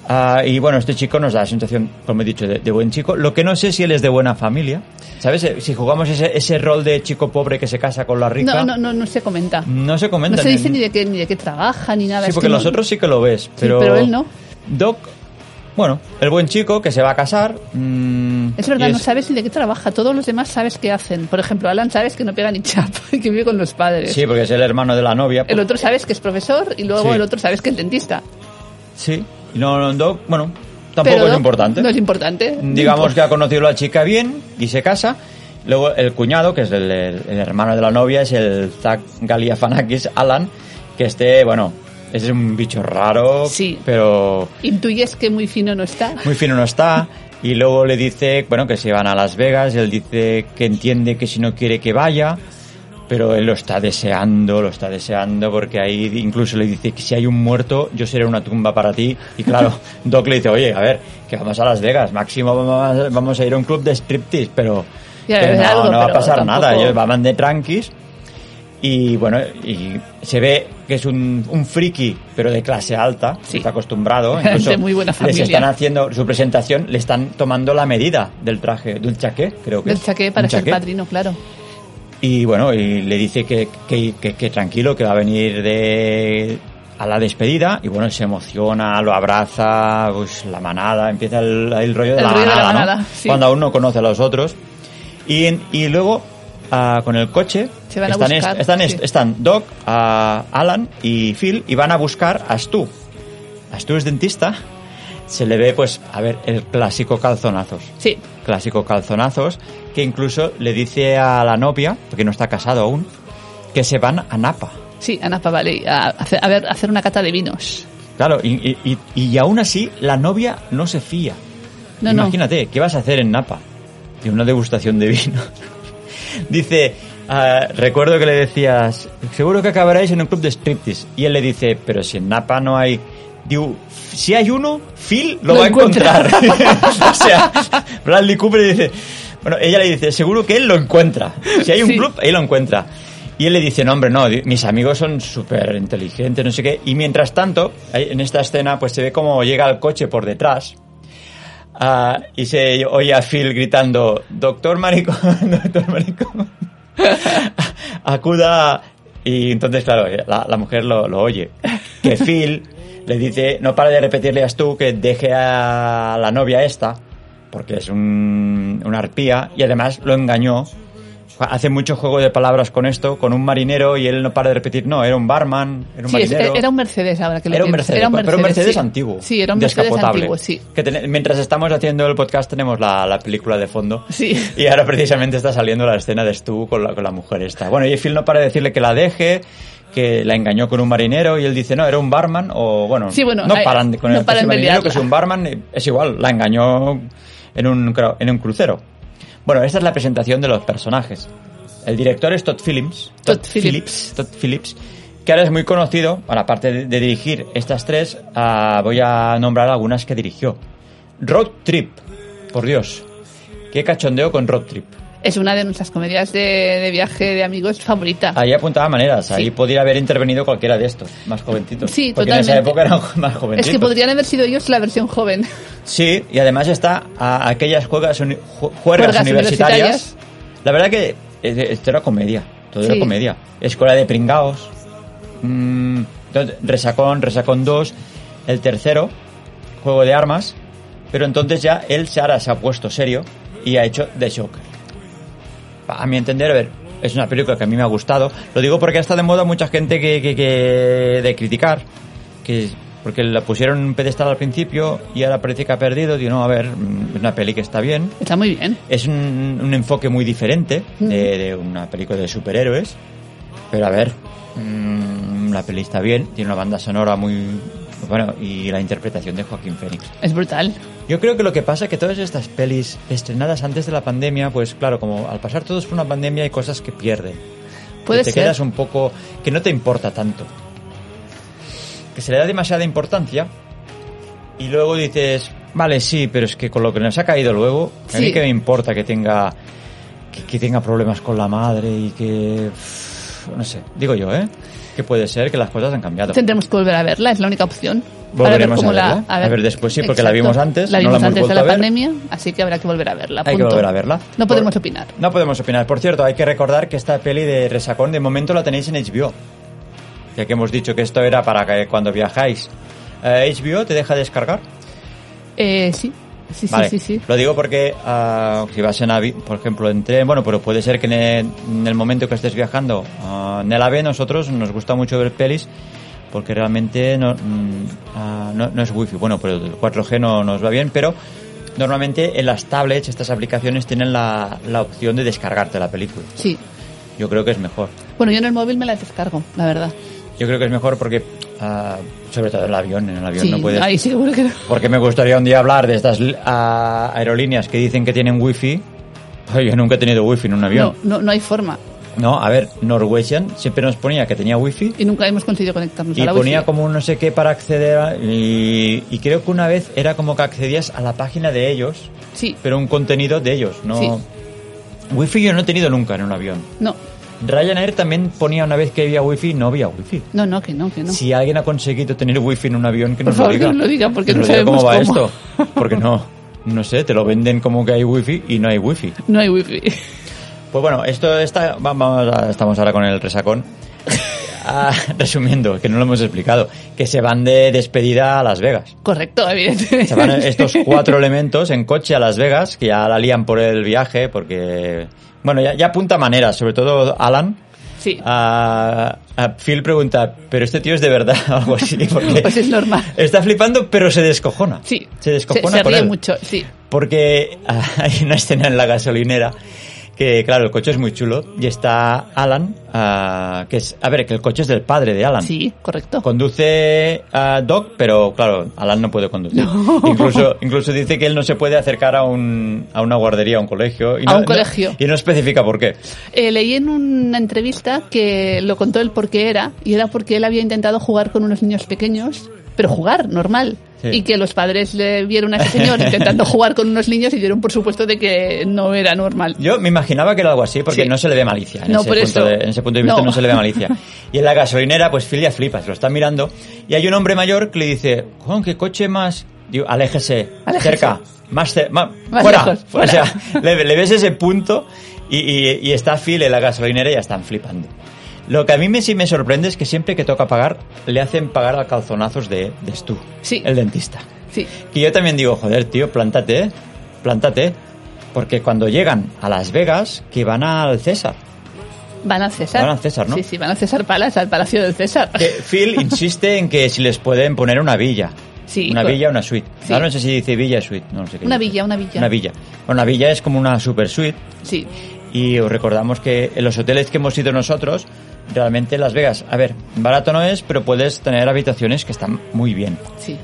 D: Ah, y bueno, este chico nos da la sensación, como he dicho, de, de buen chico. Lo que no sé si él es de buena familia. ¿Sabes? Eh, Si jugamos ese, ese rol de chico pobre que se casa con la rica,
E: No, no, no, no se comenta.
D: no se comenta.
E: No se
D: en-
E: dice ni de qué, ni de qué trabaja, ni nada.
D: Sí,
E: Es
D: porque
E: que no-
D: los otros sí que lo ves, pero...
E: pero él no.
D: Doc, bueno, el buen chico que se va a casar... mm,
E: Es verdad,
D: y
E: no sabes ni de qué trabaja. Todos los demás sabes qué hacen. Por ejemplo, Alan sabes que no pega ni chapa [laughs] y que vive con los padres.
D: Sí, porque es el hermano de la novia. pues,
E: El otro sabes que es profesor y luego
D: Sí.
E: el otro sabes que es dentista.
D: Sí. No, no, Doc, bueno, tampoco
E: Pero
D: es
E: no-
D: importante.
E: No es importante.
D: digamos que ha conocido a la chica bien y se casa. Luego el cuñado, que es el, el- el hermano de la novia, es el Zach Galiafanakis, Alan, que este, bueno, ese es un bicho raro,
E: Sí.
D: pero
E: Intuyes que muy fino no
D: [laughs]
E: está.
D: muy fino no está. Y luego le dice, bueno, que se van a Las Vegas, él dice que entiende que si no quiere que vaya, pero él lo está deseando, lo está deseando, porque ahí incluso le dice que si hay un muerto, yo seré una tumba para ti. Y
E: [laughs]
D: claro, Doc le dice, oye, a ver, que vamos a Las Vegas, máximo vamos a- vamos a ir a un club de striptease, pero,
E: Ya,
D: pero no,
E: es algo,
D: no va a
E: pero
D: pasar nada,
E: tampoco-
D: ellos van de tranquis. Y bueno, y se ve que es un, un friki, pero de clase alta,
E: Sí.
D: está
E: [laughs]
D: acostumbrado.
E: Gente
D: Incluso
E: muy buena
D: Les
E: familia.
D: están haciendo su presentación, le están tomando la medida del traje, del chaqué, creo que.
E: Del
D: es.
E: chaqué
D: Un
E: para ser
D: chaqué.
E: padrino, claro.
D: Y bueno, y le dice que, que, que- que tranquilo, que va a venir de a la despedida y bueno, se emociona, lo abraza, pues, la manada, empieza el, el rollo de,
E: El
D: la,
E: rollo de la
D: manada, ¿no?
E: manada, sí.
D: Cuando aún no conoce a los otros. Y, en- y luego, ah, con el coche,
E: Se van a
D: están,
E: buscar,
D: están,
E: sí.
D: están Doc, ah, Alan y Phil y van a buscar a Stu. A Stu es dentista, se le ve pues, a ver, el clásico calzonazos.
E: Sí.
D: clásico calzonazos, que incluso le dice a la novia, porque no está casado aún, que se van a Napa.
E: Sí, a Napa Valley, a, hacer, a ver, a hacer una cata de vinos.
D: Claro, y, y- y- y aún así la novia no se fía.
E: No, no.
D: Imagínate, ¿qué vas a hacer en Napa? De una degustación de vino. [laughs] dice, ah, recuerdo que le decías, seguro que acabaréis en un club de striptease. Y él le dice, pero si en Napa no hay... Diu, si hay uno, Phil lo,
E: Lo
D: va a
E: encuentra". [laughs]
D: encontrar. [laughs] o sea, Bradley Cooper dice, bueno, ella le dice, seguro que él lo encuentra. Si hay un
E: Sí.
D: club, él lo encuentra. Y él le dice, no, hombre, no, di- mis amigos son súper inteligentes, no sé qué. Y mientras tanto, ahí en esta escena, pues se ve cómo llega el coche por detrás. ah, y se oye a Phil gritando, doctor maricón, [laughs] doctor maricón. Acuda. Y entonces, claro, eh, la, la mujer lo, lo oye.
E: [laughs]
D: Que Phil le dice, no para de repetirle a Stu que deje a la novia esta, porque es un, una arpía, y además lo engañó. Hace mucho juego de palabras con esto, con un marinero, y él no para de repetir, no, era un barman, era un
E: Sí, es-
D: marinero.
E: era un Mercedes ahora que lo
D: Era un
E: pienso.
D: Mercedes, pero un Mercedes
E: sí.
D: antiguo.
E: Sí, era un Mercedes
D: descapotable.
E: antiguo, sí.
D: Que ten- mientras estamos haciendo el podcast tenemos la, la película de fondo.
E: Sí.
D: [laughs] Y ahora precisamente está saliendo la escena de Stu con la, con la mujer esta. Bueno, y Phil no para de decirle que la deje, que la engañó con un marinero y él dice, no, era un barman o bueno,
E: Sí, bueno,
D: no
E: hay-
D: paran de- con
E: no
D: el
E: paran de
D: marinero, que
E: liarla.
D: es un barman, eh, es igual, la engañó en un, cru- en un crucero. Bueno, esta es la presentación de los personajes. El director es Todd Phillips.
E: Todd Phillips.
D: Todd Phillips, que ahora es muy conocido, bueno, aparte de, de dirigir estas tres, ah, voy a nombrar algunas que dirigió. Road Trip, por Dios, qué cachondeo con Road Trip.
E: Es una de nuestras comedias de, de viaje de amigos favorita.
D: Ahí apuntaba maneras, ahí
E: Sí.
D: podría haber intervenido cualquiera de estos, más jovencitos.
E: Sí,
D: Porque en esa
E: totalmente.
D: época eran [laughs] más
E: es
D: jovencitos.
E: que podrían haber sido ellos la versión joven. [laughs]
D: Sí, y además está a aquellas juegas, uni- ju- juergas
E: Juergas
D: universitarias.
E: universitarias.
D: La verdad que eh, esto era comedia, todo era
E: Sí.
D: comedia. Escuela de pringaos, mm, entonces, resacón, resacón 2, el tercero, juego de armas, pero entonces ya él se, ahora se ha puesto serio y ha hecho The Shocker. A mi entender, a ver, es una película que a mí me ha gustado. Lo digo porque está de moda mucha gente que, que- que- de criticar, que porque la pusieron en un pedestal al principio y ahora parece que ha perdido. Digo, no, a ver, mm, es una peli que está bien.
E: Está muy bien.
D: Es un, un enfoque muy diferente de, de una película de superhéroes, pero a ver, mm, la peli está bien, tiene una banda sonora muy... Bueno, y la interpretación de Joaquín Fénix.
E: Es brutal.
D: Yo creo que lo que pasa es que todas estas pelis estrenadas antes de la pandemia, pues claro, como al pasar todos por una pandemia hay cosas que pierden.
E: Puede
D: que te
E: ser.
D: quedas un poco... que no te importa tanto. Que se le da demasiada importancia y luego dices, vale, sí, pero es que con lo que nos ha caído luego, a mí
E: Sí.
D: que me importa que tenga... Que, que tenga problemas con la madre y que... uff, No sé, digo yo, ¿eh? Que puede ser que las cosas han cambiado.
E: Tendremos que volver a verla, es la única opción. Para ver
D: Volveremos a
E: cómo la-
D: verla. A ver después, sí, porque la vimos antes,
E: La
D: no la
E: vimos
D: hemos
E: antes de
D: vuelto
E: la
D: a ver.
E: pandemia, así que habrá que volver a verla.
D: Hay que
E: punto.
D: volver a verla.
E: No
D: Por-
E: podemos opinar.
D: No podemos opinar. Por cierto, hay que recordar que esta peli de Resacón de momento la tenéis en HBO. Ya que hemos dicho que esto era para que cuando viajáis. Eh, ¿HBO te deja descargar?
E: Eh, sí. Sí, sí,
D: Vale.
E: sí, sí.
D: Lo digo porque ah, si vas en avi- por ejemplo, en tren, bueno, pero puede ser que en el, en el momento que estés viajando ah, en el AVE, nosotros nos gusta mucho ver pelis porque realmente no, mm, ah, no, no es wifi. Bueno, pero el 4G no nos va bien, pero normalmente en las tablets estas aplicaciones tienen la, la opción de descargarte la película.
E: Sí.
D: Yo creo que es mejor.
E: Bueno, yo en el móvil me la descargo, la verdad.
D: Yo creo que es mejor porque, ah, sobre todo en el avión, en el avión
E: sí,
D: no puedes...
E: ahí seguro que no.
D: Porque me gustaría un día hablar de estas ah, aerolíneas que dicen que tienen wifi. Pues yo nunca he tenido wifi en un
E: No,
D: avión.
E: no, no hay forma.
D: No, a ver, Norwegian siempre nos ponía que tenía wifi
E: Y nunca hemos conseguido conectarnos
D: y
E: a la
D: ponía
E: wifi.
D: como un no sé qué para acceder a- y, y creo que una vez era como que accedías a la página de ellos,
E: Sí,
D: pero un contenido de ellos, no...
E: Sí.
D: Wifi yo no he tenido nunca en un avión.
E: no,
D: Ryanair también ponía una vez que había wifi, no había wifi.
E: no, no, que no, que no.
D: Si alguien ha conseguido tener wifi en un avión, que
E: Por
D: nos
E: favor,
D: lo
E: que
D: diga.
E: nos lo diga, porque
D: Que nos
E: no
D: diga cómo va
E: sabemos cómo.
D: esto. Porque no, no sé, te lo venden como que hay wifi y no hay wifi.
E: No hay wifi. [laughs]
D: Pues bueno, esto está, vamos a- estamos ahora con el
E: [laughs]
D: resacón. Ah, resumiendo, que no lo hemos explicado, que se van de despedida a Las Vegas.
E: Correcto, evidentemente.
D: Se van estos cuatro elementos en coche a Las Vegas, que ya la lían por el Ah, viaje, porque... Bueno, ya, ya apunta maneras, sobre todo Alan,
E: [laughs] Sí.
D: a, a ah, Phil pregunta, pero este tío es de verdad [laughs] o algo así. Porque
E: [laughs] Pues es normal.
D: Está flipando, pero se descojona.
E: Sí.
D: Se descojona
E: se
D: con
E: ríe
D: él.
E: mucho, sí.
D: Porque [laughs] ah, hay una escena en la gasolinera que, claro, el coche es muy chulo y está Alan, ah, que es, a ver, que el coche es del padre de Alan.
E: Sí, correcto.
D: Conduce a Doc, pero claro, Alan no puede conducir. [laughs] Incluso, incluso dice que él no se puede acercar a, un, a una guardería, a un colegio. Y
E: A
D: no-
E: un colegio.
D: y no especifica por qué.
E: Eh, leí en una entrevista que lo contó él por qué era, y era porque él había intentado jugar con unos niños pequeños, pero jugar, normal.
D: Sí.
E: Y que los padres le vieron a ese
D: [laughs]
E: señor intentando jugar con unos niños y dieron por supuesto de que no era normal.
D: Yo me imaginaba que era algo así, porque
E: Sí.
D: no se le ve malicia. En,
E: No,
D: ese,
E: por
D: punto
E: eso.
D: de, en ese punto de vista
E: No.
D: no. se le ve
E: [laughs]
D: malicia. Y en la gasolinera, pues Phil ya flipa, se lo está mirando. Y hay un hombre mayor que le dice, Juan, qué coche más... Digo, aléjese,
E: Aléjese.
D: cerca, más, cer- ma-
E: Más
D: fuera,
E: lejos,
D: fuera.
E: fuera.
D: O sea, le, le ves ese punto y, y- y está Phil en la gasolinera y ya están flipando. Lo que a mí me, sí me sorprende es que siempre que toca pagar, le hacen pagar a calzonazos de, de Stu,
E: Sí.
D: el dentista.
E: Sí,
D: Que yo también digo, joder, tío, plántate, ¿eh? plántate. Porque cuando llegan a Las Vegas, que van al César.
E: van al César.
D: Van al César, ¿no?
E: Sí, sí, van al César Palas, al Palacio del César.
D: Que
E: [laughs]
D: Phil insiste en que si les pueden poner una villa.
E: Sí,
D: Una
E: cor-
D: villa, una suite.
E: Sí.
D: Ahora no sé si dice villa o suite. No, no sé qué
E: Una
D: dice.
E: villa, una villa.
D: Una villa. Una villa es como una super suite.
E: Sí,
D: Y os recordamos que en los hoteles que hemos ido nosotros, realmente Las Vegas, a ver, barato no es, pero puedes tener habitaciones que están muy bien.
E: sí.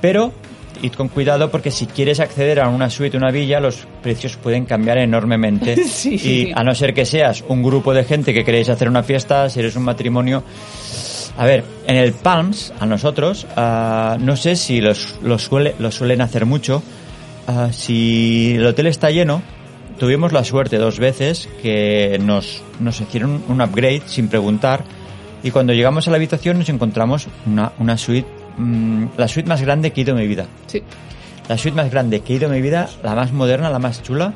D: Pero id con cuidado porque si quieres acceder a una suite, una villa, los precios pueden cambiar enormemente.
E: [laughs] Sí.
D: Y a no ser que seas un grupo de gente que queréis hacer una fiesta, si eres un matrimonio. A ver, en el Palms, a nosotros, ah, no sé si los, los, suele, los suelen hacer mucho. Ah, si el hotel está lleno, tuvimos la suerte dos veces que nos, nos hicieron un upgrade sin preguntar. Y cuando llegamos a la habitación nos encontramos una, una suite, mm, la suite más grande que he ido en mi vida.
E: Sí. [laughs]
D: La suite más grande que he ido en mi vida, la más moderna, la más chula,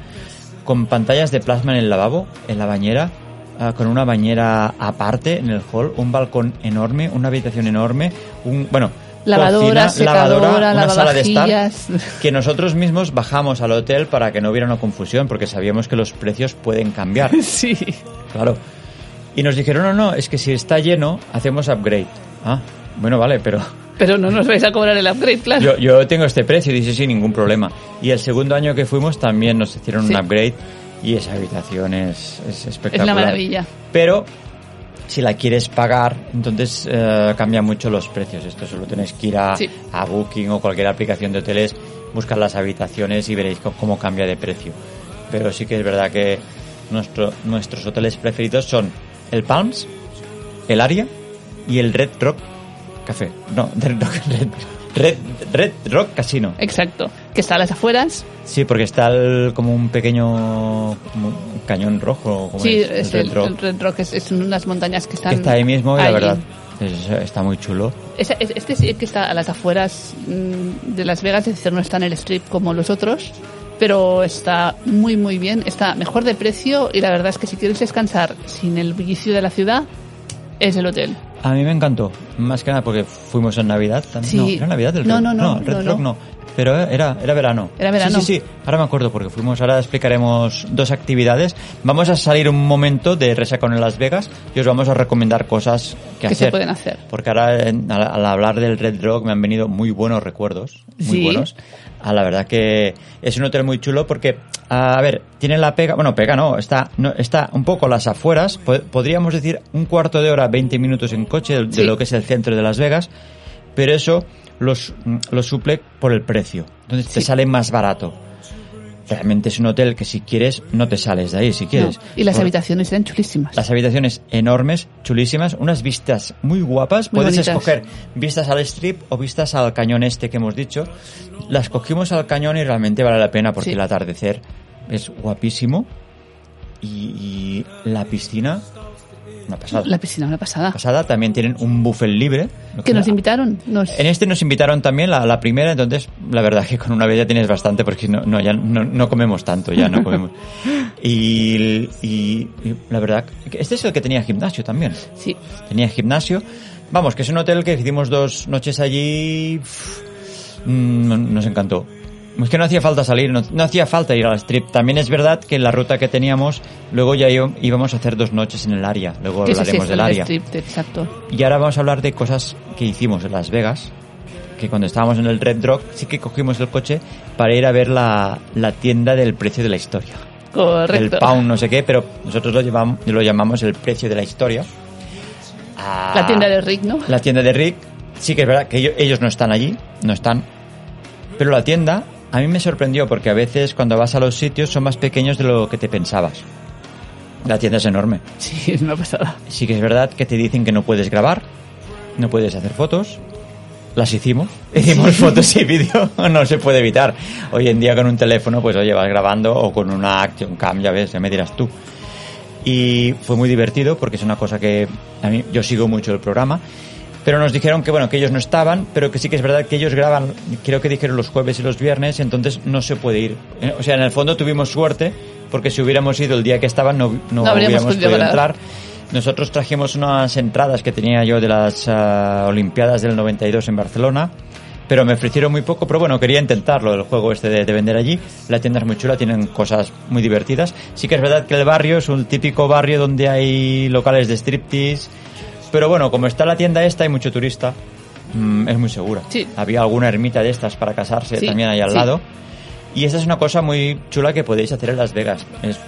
D: con pantallas de plasma en el lavabo, en la bañera, ah, con una bañera aparte en el hall, un balcón enorme, una habitación enorme, un bueno,
E: Lavadora,
D: cocina,
E: secadora,
D: una sala de estar,
E: lavavajillas.
D: [laughs] que nosotros mismos bajamos al hotel para que no hubiera una confusión, porque sabíamos que los precios pueden
E: [laughs]
D: cambiar.
E: Sí.
D: Claro. Y nos dijeron, no, no, es que si está lleno, hacemos upgrade. Ah, bueno, vale, pero
E: Pero no nos vais a cobrar el upgrade, claro.
D: yo, yo tengo este precio, dice, sin ningún problema. Y el segundo año que fuimos también nos hicieron
E: Sí.
D: un upgrade y esa habitación es, es espectacular.
E: maravilla.
D: Pero si la quieres pagar, entonces eh, cambia mucho los precios. Esto solo tenéis que ir a,
E: Sí.
D: a Booking o cualquier aplicación de hoteles, buscar las habitaciones y veréis co- cómo cambia de precio. Pero sí que es verdad que nuestro, nuestros hoteles preferidos son el Palms, el Aria y el Red Rock Café. No, [laughs] Red Rock, Red, Red, Red Rock Casino.
E: Eh. Exacto. Que está a las afueras.
D: Sí, porque está el- como un pequeño como un cañón rojo. como
E: Sí,
D: es,
E: es
D: Red
E: el,
D: Rock.
E: el Red Rock, es, es unas montañas que están.
D: que está ahí mismo y la
E: ahí.
D: verdad es- está muy chulo.
E: Esa- es- este sí que está a las afueras mm, de Las Vegas, es decir, no está en el strip como los otros, pero está muy, muy bien. Está mejor de precio y la verdad es que si quieres descansar sin el bullicio de la ciudad, es el hotel.
D: A mí me encantó, más que nada porque fuimos en Navidad. tam-
E: Sí.
D: No, era Navidad el
E: No,
D: Red-
E: no, no,
D: Red
E: no,
D: Rock
E: no.
D: no. Pero era, era verano.
E: Era verano.
D: Sí, sí, sí. Ahora me acuerdo porque fuimos, ahora explicaremos dos actividades. Vamos a salir un momento de Resacón en Las Vegas y os vamos a recomendar cosas que,
E: Que se
D: hacer.
E: pueden hacer.
D: Porque ahora en- al, al hablar del Red Rock me han venido muy buenos recuerdos. Muy
E: Sí.
D: buenos. Ah, la verdad que es un hotel muy chulo porque, a ver, tiene la pega, bueno, pega no, está, no, está un poco a las afueras, po- podríamos decir un cuarto de hora, 20 minutos en coche de, de
E: Sí.
D: lo que es el centro de Las Vegas, pero eso los- mm, lo suple por el precio, entonces te
E: Sí.
D: sale más barato. Realmente es un hotel que si quieres no te sales de ahí, si quieres.
E: No. Y las
D: Por-
E: habitaciones eran chulísimas.
D: las habitaciones enormes, chulísimas, unas vistas muy guapas.
E: Muy
D: Puedes
E: bonitas.
D: escoger vistas al strip o vistas al cañón este que hemos dicho. Las cogimos al cañón y realmente vale la pena porque
E: Sí.
D: el atardecer es guapísimo. Y, y la piscina, una pasada.
E: La piscina, una pasada.
D: pasada también tienen un buffet libre. Ah,
E: Que nos invitaron. Nos...
D: En este nos invitaron también la, la primera, entonces la verdad que con una vez ya tienes bastante porque no, no, ya no, no comemos tanto, ya
E: [laughs]
D: no comemos. Y, y- y la verdad, que este es el que tenía gimnasio también.
E: Sí.
D: Tenía gimnasio. Vamos, que es un hotel que hicimos dos noches allí. pff, mm, Nos encantó. Es que no hacía falta salir, no, no hacía falta ir al strip. También es verdad que en la ruta que teníamos, luego ya íb- íbamos a hacer dos noches en el área. Luego
E: Sí, sí, sí,
D: hablaremos
E: está
D: del
E: el
D: área.
E: strip, exacto.
D: Y ahora vamos a hablar de cosas que hicimos en Las Vegas, que cuando estábamos en el Red Rock sí que cogimos el coche para ir a ver la, la tienda del precio de la historia.
E: Correcto.
D: El pound no sé qué, pero nosotros lo, llevamos, lo llamamos el precio de la historia. Ah,
E: La tienda de Rick, ¿no? [laughs]
D: La tienda de Rick, sí que es verdad que ello- ellos no están allí, no están. Pero la tienda a mí me sorprendió porque a veces cuando vas a los sitios son más pequeños de lo que te pensabas. La tienda es enorme
E: Sí, es una pasada.
D: sí que es verdad que te dicen que no puedes grabar, no puedes hacer fotos. Las hicimos, [laughs] hicimos fotos y vídeo, [laughs] no se puede evitar. Hoy en día con un teléfono, pues oye, vas grabando o con una Action Cam, ya ves, ya me dirás tú. Y fue muy divertido porque es una cosa que a mí, yo sigo mucho el programa. Pero nos dijeron que bueno, que ellos no estaban, pero que sí que es verdad que ellos graban, creo que dijeron los jueves y los viernes, entonces no se puede ir. Eh, O sea, en el fondo tuvimos suerte porque si hubiéramos ido el día que estaban no, no,
E: No habríamos
D: hubiéramos
E: podido
D: podido entrar
E: grabar.
D: entrar. Nosotros trajimos unas entradas que tenía yo de las ah, Olimpiadas del 92 en Barcelona, pero me ofrecieron muy poco, pero bueno, quería intentarlo, el juego este de, de vender allí. La tienda es muy chula, tienen cosas muy divertidas. Sí que es verdad que el barrio es un típico barrio donde hay locales de striptease, pero bueno, como está la tienda esta, hay mucho turista, mm, es muy segura.
E: Sí.
D: Había alguna ermita de estas para casarse
E: Sí,
D: también ahí al
E: sí.
D: lado. Y esta es una cosa muy chula que podéis hacer en Las Vegas. Es-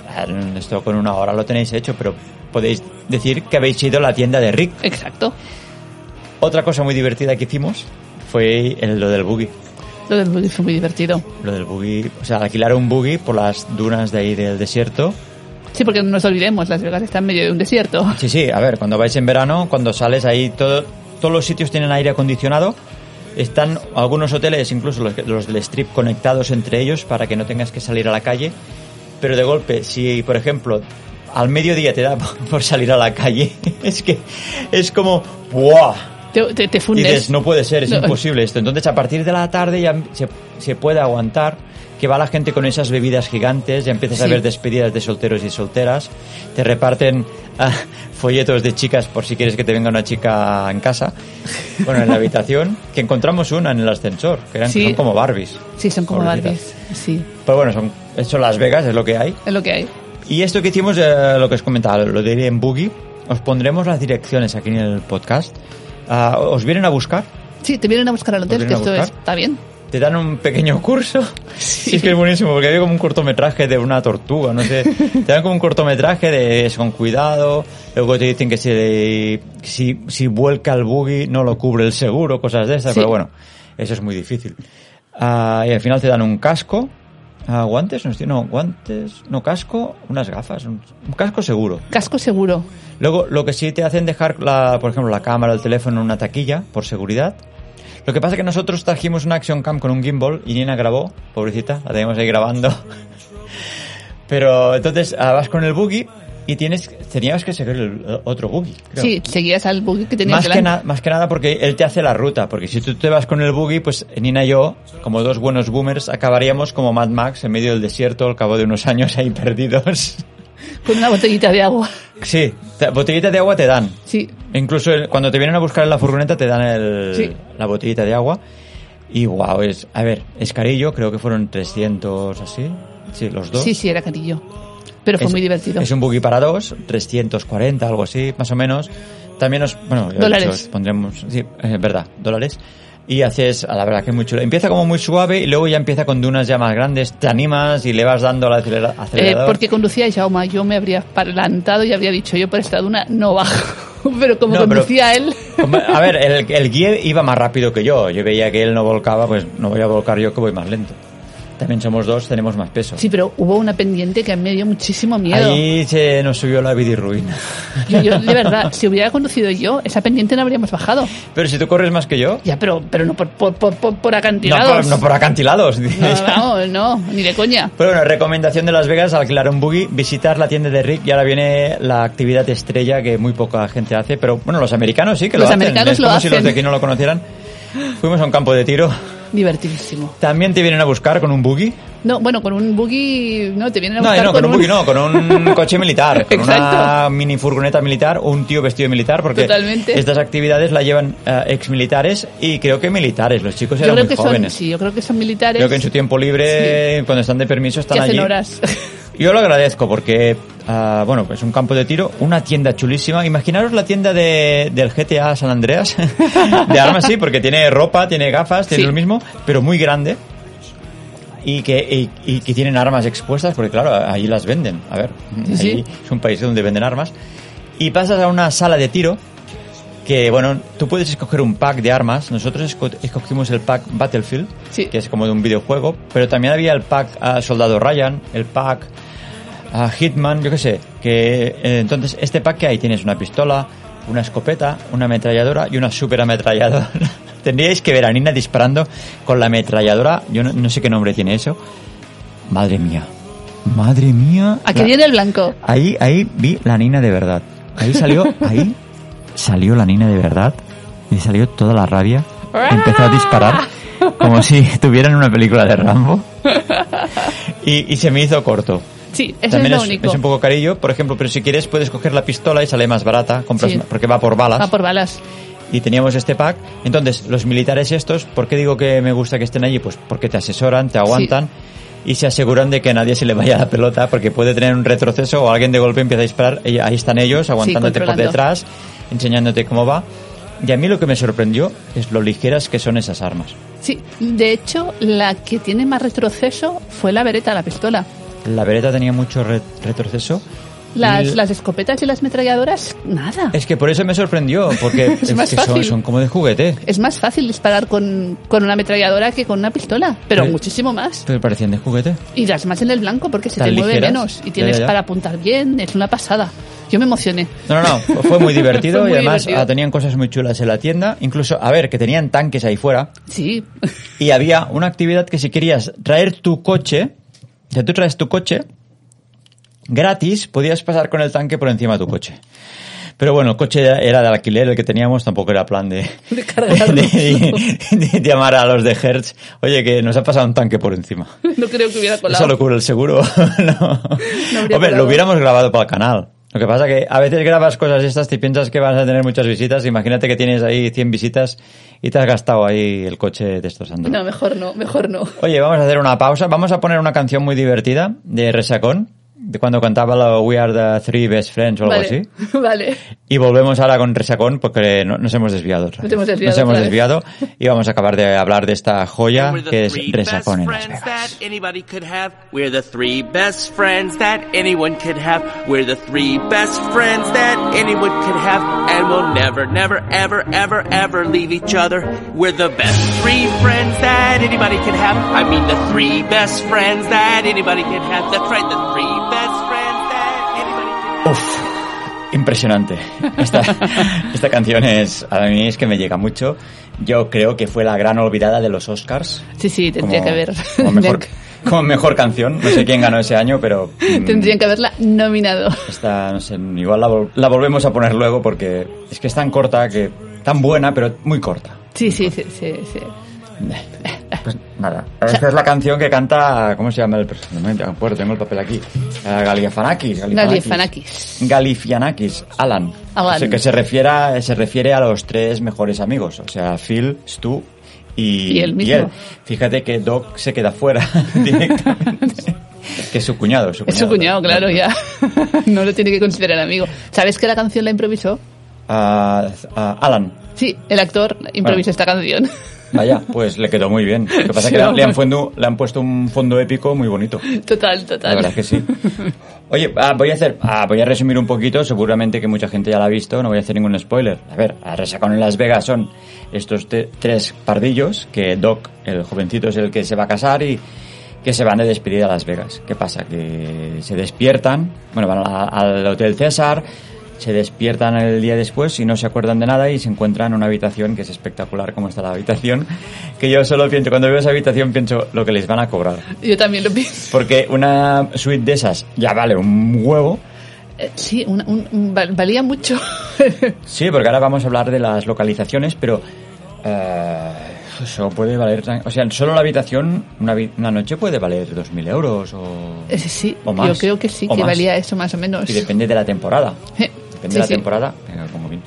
D: esto con una hora lo tenéis hecho, pero podéis decir que habéis ido a la tienda de Rick.
E: Exacto.
D: Otra cosa muy divertida que hicimos fue el- lo del buggy.
E: Lo del buggy fue muy divertido.
D: Lo del buggy, o sea, alquilar un buggy por las dunas de ahí del desierto.
E: Sí, porque no nos olvidemos, Las Vegas está en medio de un desierto.
D: Sí, sí, a ver, cuando vais en verano, cuando sales ahí, todo- todos los sitios tienen aire acondicionado. Están algunos hoteles, incluso los, que- los del strip, conectados entre ellos para que no tengas que salir a la calle. Pero de golpe, si por ejemplo al mediodía te da [laughs] por por salir a la calle, es que es como ¡buah!
E: Te, te, te
D: Y
E: fundes.
D: dices, no puede ser, es
E: No.
D: imposible esto. Entonces, a partir de la tarde ya se, se puede aguantar que va la gente con esas bebidas gigantes, ya empiezas a
E: Sí.
D: ver despedidas de solteros y solteras, te reparten ah, folletos de chicas por si quieres que te venga una chica en casa, bueno, en la
E: [laughs]
D: habitación, que encontramos una en el ascensor, que eran
E: Sí.
D: son como Barbies.
E: Sí, son como
D: Pobrecitas.
E: Barbies. Sí,
D: Pero bueno, son, eso Las Vegas es lo que hay.
E: es lo que hay.
D: Y esto que hicimos, eh, lo que os comentaba, lo de ir en buggy, os pondremos las direcciones aquí en el podcast. Ah, os vienen a buscar,
E: Sí, te vienen a buscar al hotel,
D: vienen
E: que
D: a
E: esto
D: buscar?
E: está bien.
D: te dan un pequeño curso. Sí, es que es buenísimo, porque había como un cortometraje de una tortuga, no sé. Te dan como un cortometraje de es con cuidado, luego te dicen que si, que si, si vuelca el buggy no lo cubre el seguro, cosas de esas,
E: Sí.
D: pero bueno, eso es muy difícil. Ah, y al final te dan un casco, ah, guantes, no, sé, no, guantes, no, casco, unas gafas, un- un casco seguro.
E: Casco seguro.
D: Luego, lo que sí te hacen dejar, la, por ejemplo, la cámara, el teléfono en una taquilla, por seguridad. Lo que pasa es que nosotros trajimos una Action Cam con un gimbal y Nina grabó, pobrecita, la teníamos ahí grabando. [laughs] Pero entonces ah, vas con el buggy y tienes, tenías que seguir el eh, otro buggy. creo.
E: Sí, seguías al buggy que tenías
D: Más que,
E: delante.
D: na- más que nada porque él te hace la ruta, porque si tú te vas con el buggy, pues Nina y yo, como dos buenos boomers, acabaríamos como Mad Max en medio del desierto al cabo de unos años ahí [laughs] perdidos.
E: [laughs] Con una botellita de agua.
D: Sí, te- botellita de agua te dan,
E: Sí,
D: Incluso el- cuando te vienen a buscar en la furgoneta te dan el-
E: Sí.
D: la botellita de agua. Y wow, es, a ver, es carillo, creo que fueron 300 así. Sí, los dos.
E: sí, sí, era carillo. Pero fue
D: Es-
E: muy divertido. Eh,
D: Es un buggy para dos, 340, algo así, más o menos. También nos, bueno, yo he
E: Dólares.
D: dicho, os pondremos, sí, es verdad, dólares. Y haces, a la verdad que es muy chulo. Empieza como muy suave y luego ya empieza con dunas ya más grandes, te animas y le vas dando al acelera-
E: Eh,
D: acelerador.
E: porque conducía Jaume, yo me habría adelantado y habría dicho, yo por esta duna no bajo. [laughs] Pero como
D: No, pero-
E: conducía él,
D: Hombre, A ver, el, el guía iba más rápido que yo. Yo veía que él no volcaba, pues no voy a volcar yo que voy más lento. También somos dos, tenemos más peso.
E: sí, pero hubo una pendiente que a mí me dio muchísimo miedo.
D: Ahí se nos subió la bidirruina.
E: Yo, yo, de verdad, si hubiera conducido yo, esa pendiente no habríamos bajado.
D: Pero si tú corres más que yo,
E: Ya, pero, pero no por, por, por, por, por
D: no por,
E: acantilados.
D: no por acantilados. diría [laughs] yo.
E: no, no, no, ni de coña.
D: Pero bueno, recomendación de Las Vegas, alquilar un buggy, visitar la tienda de Rick y ahora viene la actividad estrella que muy poca gente hace, pero bueno, los americanos sí que lo
E: Los
D: hacen.
E: americanos
D: es
E: lo
D: como si los
E: hacen.
D: de aquí no lo conocieran. Fuimos a un campo de tiro
E: divertidísimo.
D: También te vienen a buscar con un buggy.
E: No, bueno, con un buggy no te vienen a
D: No,
E: buscar
D: no, con un buggy no, con
E: [laughs]
D: un coche militar, con una
E: Exacto.
D: mini furgoneta militar o un tío vestido de militar, porque
E: Totalmente.
D: estas actividades la llevan ex militares y creo que militares, los chicos
E: yo
D: eran
E: creo
D: muy
E: que son,
D: jóvenes.
E: sí, yo creo que son militares.
D: Creo que en su tiempo libre, cuando están de permiso, están
E: que hacen
D: allí. [laughs]
E: horas.
D: Yo lo agradezco porque, ah, bueno, es un campo de tiro, una tienda chulísima. Imaginaros la tienda de, del GTA San Andreas, [laughs] de armas, sí, porque tiene ropa, tiene gafas, tiene
E: Sí.
D: lo mismo, pero muy grande. Y que, y, y que tienen armas expuestas, porque claro, ahí las venden. A ver,
E: Sí, sí.
D: ahí es un país donde venden armas. Y pasas a una sala de tiro, que bueno, tú puedes escoger un pack de armas. Nosotros esco- escogimos el pack Battlefield,
E: Sí.
D: que es como de un videojuego, pero también había el pack ah, Soldado Ryan, el pack ah, Hitman, yo qué sé. Que eh, entonces este pack que hay tienes una pistola, una escopeta, una ametralladora y una super ametralladora. [laughs] Tendríais que ver a Nina disparando con la ametralladora. Yo no, no sé qué nombre tiene eso. Madre mía. Madre mía.
E: Aquí
D: La-
E: viene el blanco.
D: Ahí, ahí vi la nina de verdad. Ahí
E: [laughs]
D: salió, ahí salió la nina de verdad. Y salió toda la rabia.
E: ¡Ah!
D: Empezó a disparar como
E: [laughs]
D: si tuvieran una película de Rambo. Y, y se me hizo corto.
E: Sí, eso
D: También
E: es lo único.
D: un poco carillo, por ejemplo, pero si quieres puedes coger la pistola y sale más barata, compras
E: Sí.
D: ma- porque va por balas
E: Ah, por balas.
D: y teníamos este pack. Entonces, los militares estos, ¿por qué digo que me gusta que estén allí? Pues porque te asesoran, te aguantan y se aseguran de que a nadie se le vaya la pelota porque puede tener un retroceso o alguien de golpe empieza a disparar. y ahí están ellos aguantándote por
E: controlando.
D: detrás, enseñándote cómo va. Y a mí lo que me sorprendió es lo ligeras que son esas armas.
E: Sí, de hecho, la que tiene más retroceso fue la vereta, la pistola.
D: La vereta tenía mucho re- retroceso.
E: Las,
D: Y-
E: las escopetas y las metralladoras, nada. Es,
D: Es que por eso me sorprendió,
E: [laughs]
D: porque es
E: más
D: que son,
E: fácil.
D: son como de juguete.
E: más fácil disparar con, con una ametralladora que con una pistola, pero
D: Sí.
E: muchísimo más.
D: Pero parecían de juguete.
E: Y las más en el blanco porque se
D: Tan
E: te mueve
D: ligeras.
E: menos
D: Ya,
E: y tienes
D: ya, ya.
E: para apuntar bien, es una pasada. Yo me emocioné.
D: No, no, no, fue
E: [laughs]
D: muy divertido
E: Fue muy
D: y además
E: divertido.
D: ah, tenían cosas muy chulas en la tienda. Incluso, a ver, que tenían tanques ahí fuera
E: Sí, [laughs]
D: y había una actividad que si querías traer tu coche, si tú traes tu coche, gratis podías pasar con el tanque por encima de tu coche. Pero bueno, el coche era- era de alquiler, el que teníamos tampoco era plan
E: [laughs]
D: de,
E: De
D: [laughs]
E: cargarlo.
D: de- de llamar a los de Hertz, oye, que nos ha pasado un tanque por encima.
E: no creo que hubiera colado.
D: Eso lo cubre el seguro. [laughs] no. Hombre, lo
E: grabado.
D: hubiéramos grabado para el canal. Lo que pasa que a veces grabas cosas estas y piensas que vas a tener muchas visitas. Imagínate que tienes ahí 100 visitas y te has gastado ahí el coche destrozando.
E: No, mejor no, mejor no.
D: Oye, vamos a hacer una pausa. Vamos a poner una canción muy divertida de Resacón, de cuando cantaba la We Are the Three Best Friends o algo
E: Vale,
D: así.
E: [laughs] vale.
D: Y volvemos ahora con Resacón porque no- nos hemos desviado. otra
E: Nos
D: vez.
E: hemos desviado
D: Nos hemos
E: otra vez.
D: desviado y vamos a acabar de hablar de esta joya
A: And we're the
D: que es
A: three best
D: Resacón en Las
A: friends
D: Vegas.
A: that anybody could have. We're the three best friends that anyone could have. We're the three best friends that anyone could have. And we'll never, never, ever, ever, ever leave each other. We're the best three friends that anybody could have. I mean the three best friends that anybody could have. That's right, the three best friends that anybody could have.
D: Uf, impresionante. Esta,
E: [laughs]
D: esta canción es, a mí es que me llega mucho. Yo creo que fue la gran olvidada de los Oscars.
E: Sí, sí, tendría
D: Como-
E: que haber. [laughs]
D: Como mejor, como mejor canción. No sé quién ganó ese año, pero... mm,
E: Tendrían que haberla nominado.
D: Esta, no sé, igual la, vol- la volvemos a poner luego porque es que es tan corta que... Tan buena, pero muy corta.
E: Sí, sí, sí, sí. sí.
D: Pues nada. Esta es la canción que canta... ¿Cómo se llama el personaje? No me acuerdo, tengo el papel aquí. Ah, Galifianakis.
E: Galifianakis.
D: Galifianakis, Alan.
E: Alan.
D: O sea, que se refiere, se refiere a los tres mejores amigos, o sea, Phil, Stu y,
E: Y él mismo.
D: Fíjate que Doc se queda
E: [laughs]
D: fuera [laughs] directamente. que es su cuñado, es su
E: Es
D: cuñado.
E: su cuñado, claro, ya. [laughs] No lo tiene que considerar amigo. ¿Sabes que la canción la improvisó?
D: Ah, ah, Alan.
E: Sí, el actor
D: Bueno.
E: improvisó esta canción. [laughs]
D: Vaya, pues le quedó muy bien. Lo que pasa es que le,
E: Sí,
D: le han
E: vamos.
D: fuendo- le han puesto un fondo épico muy bonito.
E: Total, total.
D: La verdad es que sí. Oye, ah, voy a hacer, ah, voy a resumir un poquito, seguramente que mucha gente ya la ha visto, no voy a hacer ningún spoiler. A ver, a Resacón en Las Vegas son estos te- tres pardillos, que Doc, el jovencito, es el que se va a casar y que se van de despedida a Las Vegas. ¿Qué pasa? Que se despiertan, bueno, van a- al Hotel César, se despiertan el día después y no se acuerdan de nada y se encuentran en una habitación que es espectacular como está la habitación, que yo solo pienso, cuando veo esa habitación pienso lo que les van a cobrar.
E: Yo también lo pienso.
D: Porque una suite de esas ya vale un huevo.
E: Eh, Sí, un- un- un- val- valía mucho. [laughs]
D: Sí, porque ahora vamos a hablar de las localizaciones, pero eh, Eso puede valer. tan- O sea, solo la habitación, una, vi- una noche puede valer 2.000 euros o.
E: Eh, Sí,
D: o más,
E: yo creo que sí,
D: o
E: que
D: más.
E: valía eso más o menos.
D: Y depende de la temporada.
E: Eh,
D: Depende
E: [laughs] sí,
D: de la
E: sí.
D: temporada. venga, como bien.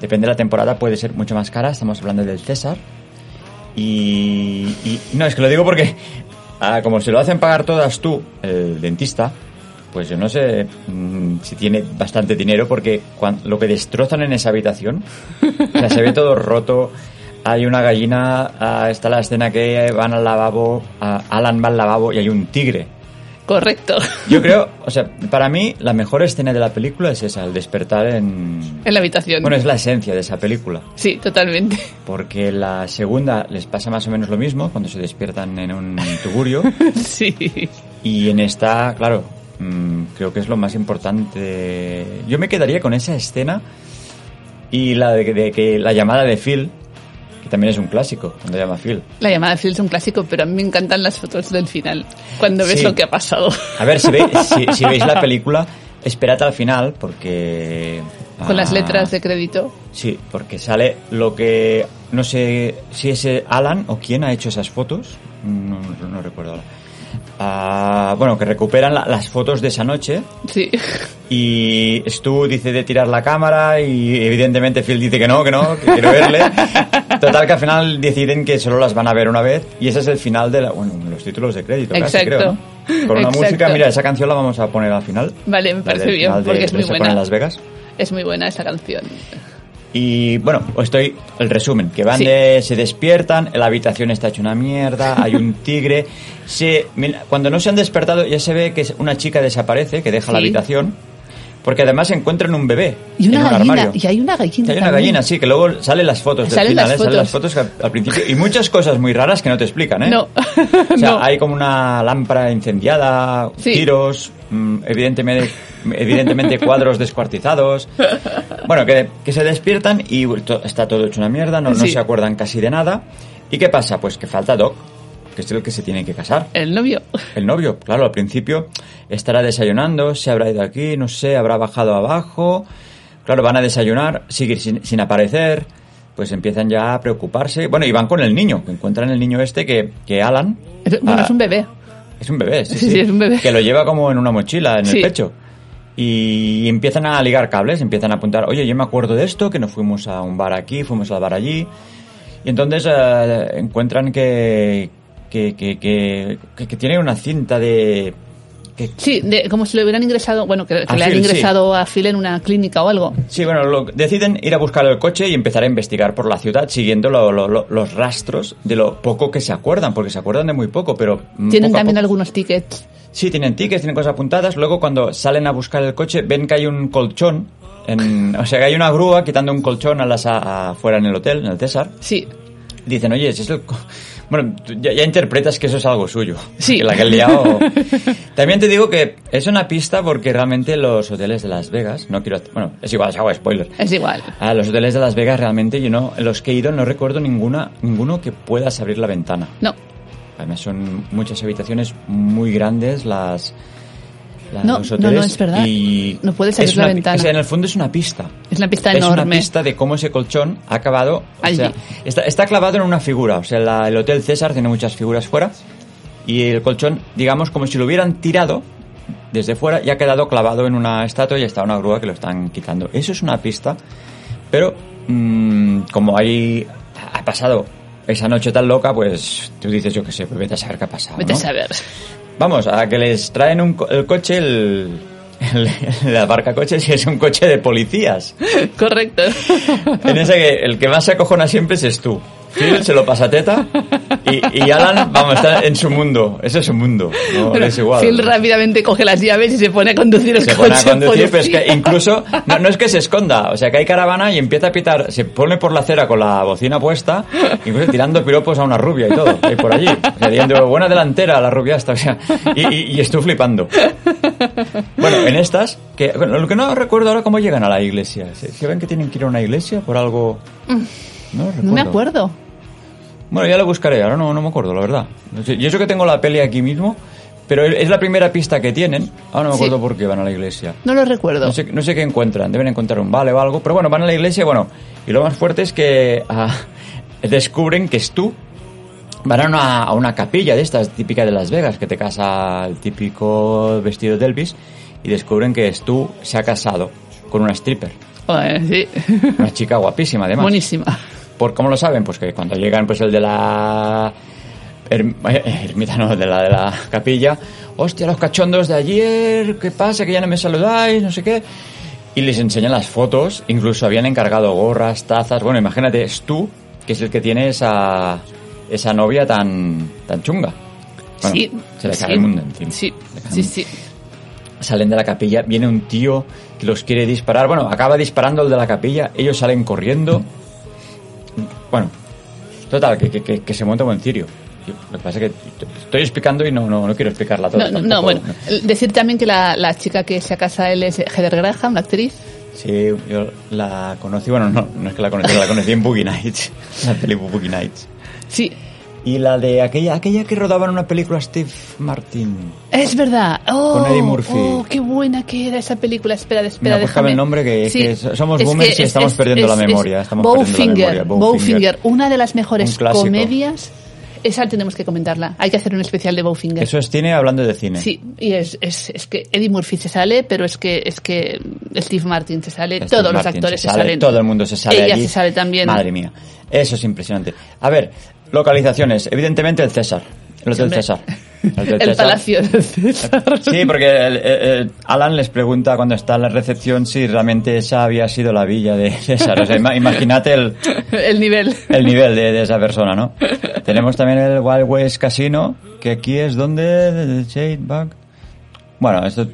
D: Depende de la temporada, puede ser mucho más cara. Estamos hablando del César. Y, y- no, es que lo digo porque, ah, como se lo hacen pagar todas tú, el dentista, pues yo no sé mm, si tiene bastante dinero porque cuan- lo que destrozan en esa habitación, o sea, se ve todo roto. Hay una gallina, ah, está la escena que van al lavabo, ah, Alan va al lavabo y hay un tigre.
E: Correcto. [laughs]
D: Yo creo, o sea, para mí la mejor escena de la película es esa, el despertar en...
E: en la habitación.
D: Bueno, es la esencia de esa película,
E: Sí, totalmente. [laughs]
D: porque la segunda les pasa más o menos lo mismo cuando se despiertan en un
E: [laughs]
D: tugurio
E: sí.
D: y en esta, claro, mm, creo que es lo más importante. Yo me quedaría con esa escena y la de, de que la llamada de Phil, que también es un clásico cuando llama Phil.
E: La llamada de Phil es un clásico, pero a mí me encantan las fotos del final, cuando ves
D: Sí.
E: lo que ha pasado. [laughs]
D: A ver, si, ve- si- si veis la película, esperad al final porque...
E: Con las
D: ah,
E: letras de crédito.
D: Sí, porque sale lo que... No sé si es eh, Alan o quién ha hecho esas fotos. No, no- no recuerdo ahora. Ah, bueno, que recuperan la- las fotos de esa noche
E: Sí. [laughs]
D: y Stu dice de tirar la cámara y evidentemente Phil dice que no, que no, que quiero
E: [laughs]
D: verle. Total que al final deciden que solo las van a ver una vez y ese es el final de la, bueno, los títulos de crédito. casi,
E: Exacto.
D: creo, ¿no? Con una
E: Exacto.
D: música, mira, esa canción la vamos a poner al final.
E: Vale, me
D: La
E: parece
D: del
E: bien,
D: final de-
E: porque es
D: de
E: muy
D: Se pone
E: buena.
D: en Las Vegas.
E: Es muy buena esa canción.
D: Y bueno, os estoy el resumen, que van
E: Sí.
D: de, se despiertan, la habitación está hecha una mierda, hay
E: [laughs]
D: un tigre, se, mira, cuando no se han despertado ya se ve que una chica desaparece, que deja la
E: Sí.
D: habitación, porque además encuentran un bebé
E: Y una
D: en un
E: gallina,
D: armario.
E: y hay una gallina.
D: Hay una
E: también.
D: gallina, sí, que luego salen las fotos del
E: Salen
D: final,
E: las
D: ¿eh? salen las
E: fotos.
D: fotos que al, al principio, y muchas cosas muy raras que no te explican, ¿eh?
E: No.
D: O sea,
E: [laughs] No.
D: hay como una lámpara incendiada,
E: Sí.
D: tiros, mm, evidentemente,
E: [laughs]
D: evidentemente cuadros descuartizados. Bueno, que, que se despiertan y to- está todo hecho una mierda, no, no
E: Sí.
D: se acuerdan casi de nada. ¿Y qué pasa? Pues que falta Doc, que es el que se tiene que casar.
E: El novio.
D: El novio, claro, al principio estará desayunando, se habrá ido aquí, no sé, habrá bajado abajo. Claro, van a desayunar, sigue sin, sin aparecer, pues empiezan ya a preocuparse. Bueno, y van con el niño, que encuentran el niño este que, que Alan.
E: Es- Bueno,
D: ah,
E: es un bebé.
D: es un bebé, sí,
E: [laughs] Sí, sí, es un bebé.
D: Que lo lleva como en una mochila, en
E: Sí.
D: el pecho. Y empiezan a ligar cables, empiezan a apuntar, oye, yo me acuerdo de esto, que nos fuimos a un bar aquí, fuimos al bar allí. Y entonces eh, encuentran que que, que, que, que- que tiene una cinta de... que-
E: Sí, de- como si le hubieran ingresado, bueno, que, que
D: A
E: le han
D: Phil, sí.
E: ingresado a Phil en una clínica o algo.
D: Sí, bueno, lo- deciden ir a buscar el coche y empezar a investigar por la ciudad siguiendo lo- lo- lo- los rastros de lo poco que se acuerdan, porque se acuerdan de muy poco, pero... mm,
E: Tienen
D: poco a
E: también
D: poco-
E: algunos tickets.
D: Sí, tienen tickets, tienen cosas apuntadas. Luego, cuando salen a buscar el coche, ven que hay un colchón. en- o sea, que hay una grúa quitando un colchón a las a- afuera en el hotel, en el César.
E: Sí,
D: Dicen, oye, si es el. co- [laughs] Bueno, tú ya, ya interpretas que eso es algo suyo.
E: Sí.
D: Que la que han liado. También te digo que es una pista porque realmente los hoteles de Las Vegas. No quiero. hacer- Bueno, es igual, es hago spoiler.
E: es igual.
D: A los hoteles de Las Vegas realmente yo no. Los que he ido no recuerdo ninguna, ninguno que puedas abrir la ventana.
E: No,
D: Además son muchas habitaciones muy grandes las... las-
E: No,
D: los
E: no,
D: hoteles
E: no, es verdad.
D: Y
E: No puedes abrir
D: es
E: la
D: una pi-
E: ventana.
D: O sea, en el fondo es una pista.
E: es una pista
D: es una
E: enorme.
D: pista de cómo ese colchón ha acabado... O
E: Allí.
D: sea, está, está clavado en una figura. O sea, la- el Hotel César tiene muchas figuras fuera. Y el colchón, digamos, como si lo hubieran tirado desde fuera y ha quedado clavado en una estatua y está una grúa que lo están quitando. Eso es una pista. Pero mm, como ahí ha pasado esa noche tan loca, pues tú dices, yo qué sé, pues vete a saber qué ha pasado.
E: Vete a
D: ¿no?
E: saber. [laughs]
D: Vamos, a que les traen un co- el coche, el, [laughs] el- la barca coche, si es un coche de policías. [laughs]
E: Correcto.
D: En ese que el que más se acojona siempre es tú. Phil se lo pasa teta y, y Alan, vamos, está en su mundo. Ese es su mundo. No
E: Pero
D: es igual.
E: Phil rápidamente coge las llaves y se pone a conducir el
D: se
E: coche.
D: pone a conducir, pero es que
E: policía.
D: incluso no, no es que se esconda, o sea que hay caravana y empieza a pitar, se pone por la acera con la bocina puesta, incluso tirando piropos a una rubia y todo, ahí por allí, o sea, diciendo buena delantera la rubia esta, o sea, y, y- y estoy flipando. Bueno, en estas, que bueno, lo que no recuerdo ahora cómo llegan a la iglesia, ¿Se, se ven que tienen que ir a una iglesia por algo? No,
E: No me acuerdo.
D: bueno, ya lo buscaré, ahora no, no me acuerdo, la verdad. No sé, Yo sé que tengo la peli aquí mismo, pero es es la primera pista que tienen. Ahora no me
E: Sí.
D: acuerdo por qué van a la iglesia.
E: No lo recuerdo.
D: No sé, no sé qué encuentran, deben encontrar un vale o algo, pero bueno, van a la iglesia, bueno, y lo más fuerte es que ah, [laughs] descubren que Stu Van a una, a una capilla de estas, típica de Las Vegas, que te casa el típico vestido de Elvis, y descubren que Stu se ha casado con una stripper.
E: Joder, sí.
D: Una chica guapísima, además.
E: Buenísima.
D: ¿Por cómo lo saben? Pues que cuando llegan, pues el de la her- eh, ermita, no, de la de la capilla, hostia, los cachondos de ayer, ¿qué pasa? Que ya no me saludáis, no sé qué. Y les enseñan las fotos, incluso habían encargado gorras, tazas. Bueno, imagínate, es tú, que es el que tiene esa, esa novia tan, tan chunga. Bueno,
E: sí.
D: Se le cae
E: sí.
D: el mundo encima.
E: Sí,
D: Se le cae el
E: sí,
D: mundo
E: sí.
D: salen de la capilla, viene un tío que los quiere disparar, bueno, acaba disparando el de la capilla, ellos salen corriendo, bueno, total, que, que- que- que se monta buen cirio. Yo- Lo que pasa es que t- estoy explicando y no, no, no quiero explicarla toda.
E: No, no,
D: tampoco.
E: no, bueno, decir también que la, la chica que se casa él es Heather Graham, la actriz.
D: Sí, yo la conocí, bueno, no, no es que la conocí, la conocí en Boogie Nights, [laughs] la peli Boogie Nights.
E: Sí,
D: Y la de aquella, aquella que rodaba en una película Steve Martin.
E: es verdad. Oh,
D: Con Eddie Murphy.
E: Oh, qué buena que era esa película. Espera, espera,
D: Mira, búscame
E: déjame.
D: el nombre que- que somos boomers y estamos perdiendo la memoria, estamos perdiendo la
E: Bowfinger,
D: memoria, Bowfinger.
E: Bowfinger, una de las mejores
D: Un clásico.
E: comedias. Esa tenemos que comentarla. Hay que hacer un especial de Bowfinger.
D: Eso es cine hablando de cine.
E: Sí, y es, es, es que Eddie Murphy se sale, pero es que es que Steve Martin se sale,
D: Steve
E: todos los
D: Este Martin
E: actores
D: se
E: se,
D: sale,
E: salen.
D: Todo el mundo se sale
E: Ella
D: allí.
E: se sale también.
D: Madre mía. Eso es impresionante. A ver, localizaciones. Evidentemente el César. El Hotel
E: Hombre.
D: César.
E: [laughs]
D: Hotel
E: El,
D: César.
E: palacio de César.
D: Sí, porque el- el- el Alan les pregunta cuando está en la recepción si realmente esa había sido la villa de César. O sea, ima- imagínate el,
E: [laughs] El nivel.
D: el nivel de, de esa persona, ¿no? Tenemos también el Wild West Casino, que aquí es donde... Shade Bug. Bueno, esto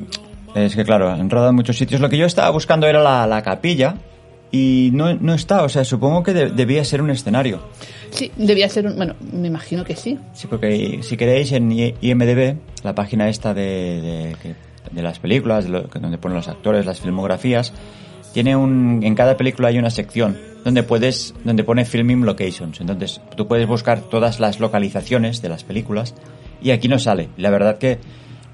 D: es que claro, han rodado en muchos sitios. Lo que yo estaba buscando era la, la capilla y no, no está, o sea, supongo que de- debía ser un escenario.
E: Sí, debía ser un. Bueno, me imagino que sí.
D: Sí, porque si queréis en I- IMDB, la página esta de, de, que- de las películas, de lo- que- donde ponen los actores, las filmografías, tiene un, en cada película hay una sección donde puedes, donde pone filming locations. Entonces tú puedes buscar todas las localizaciones de las películas y aquí no sale. La verdad que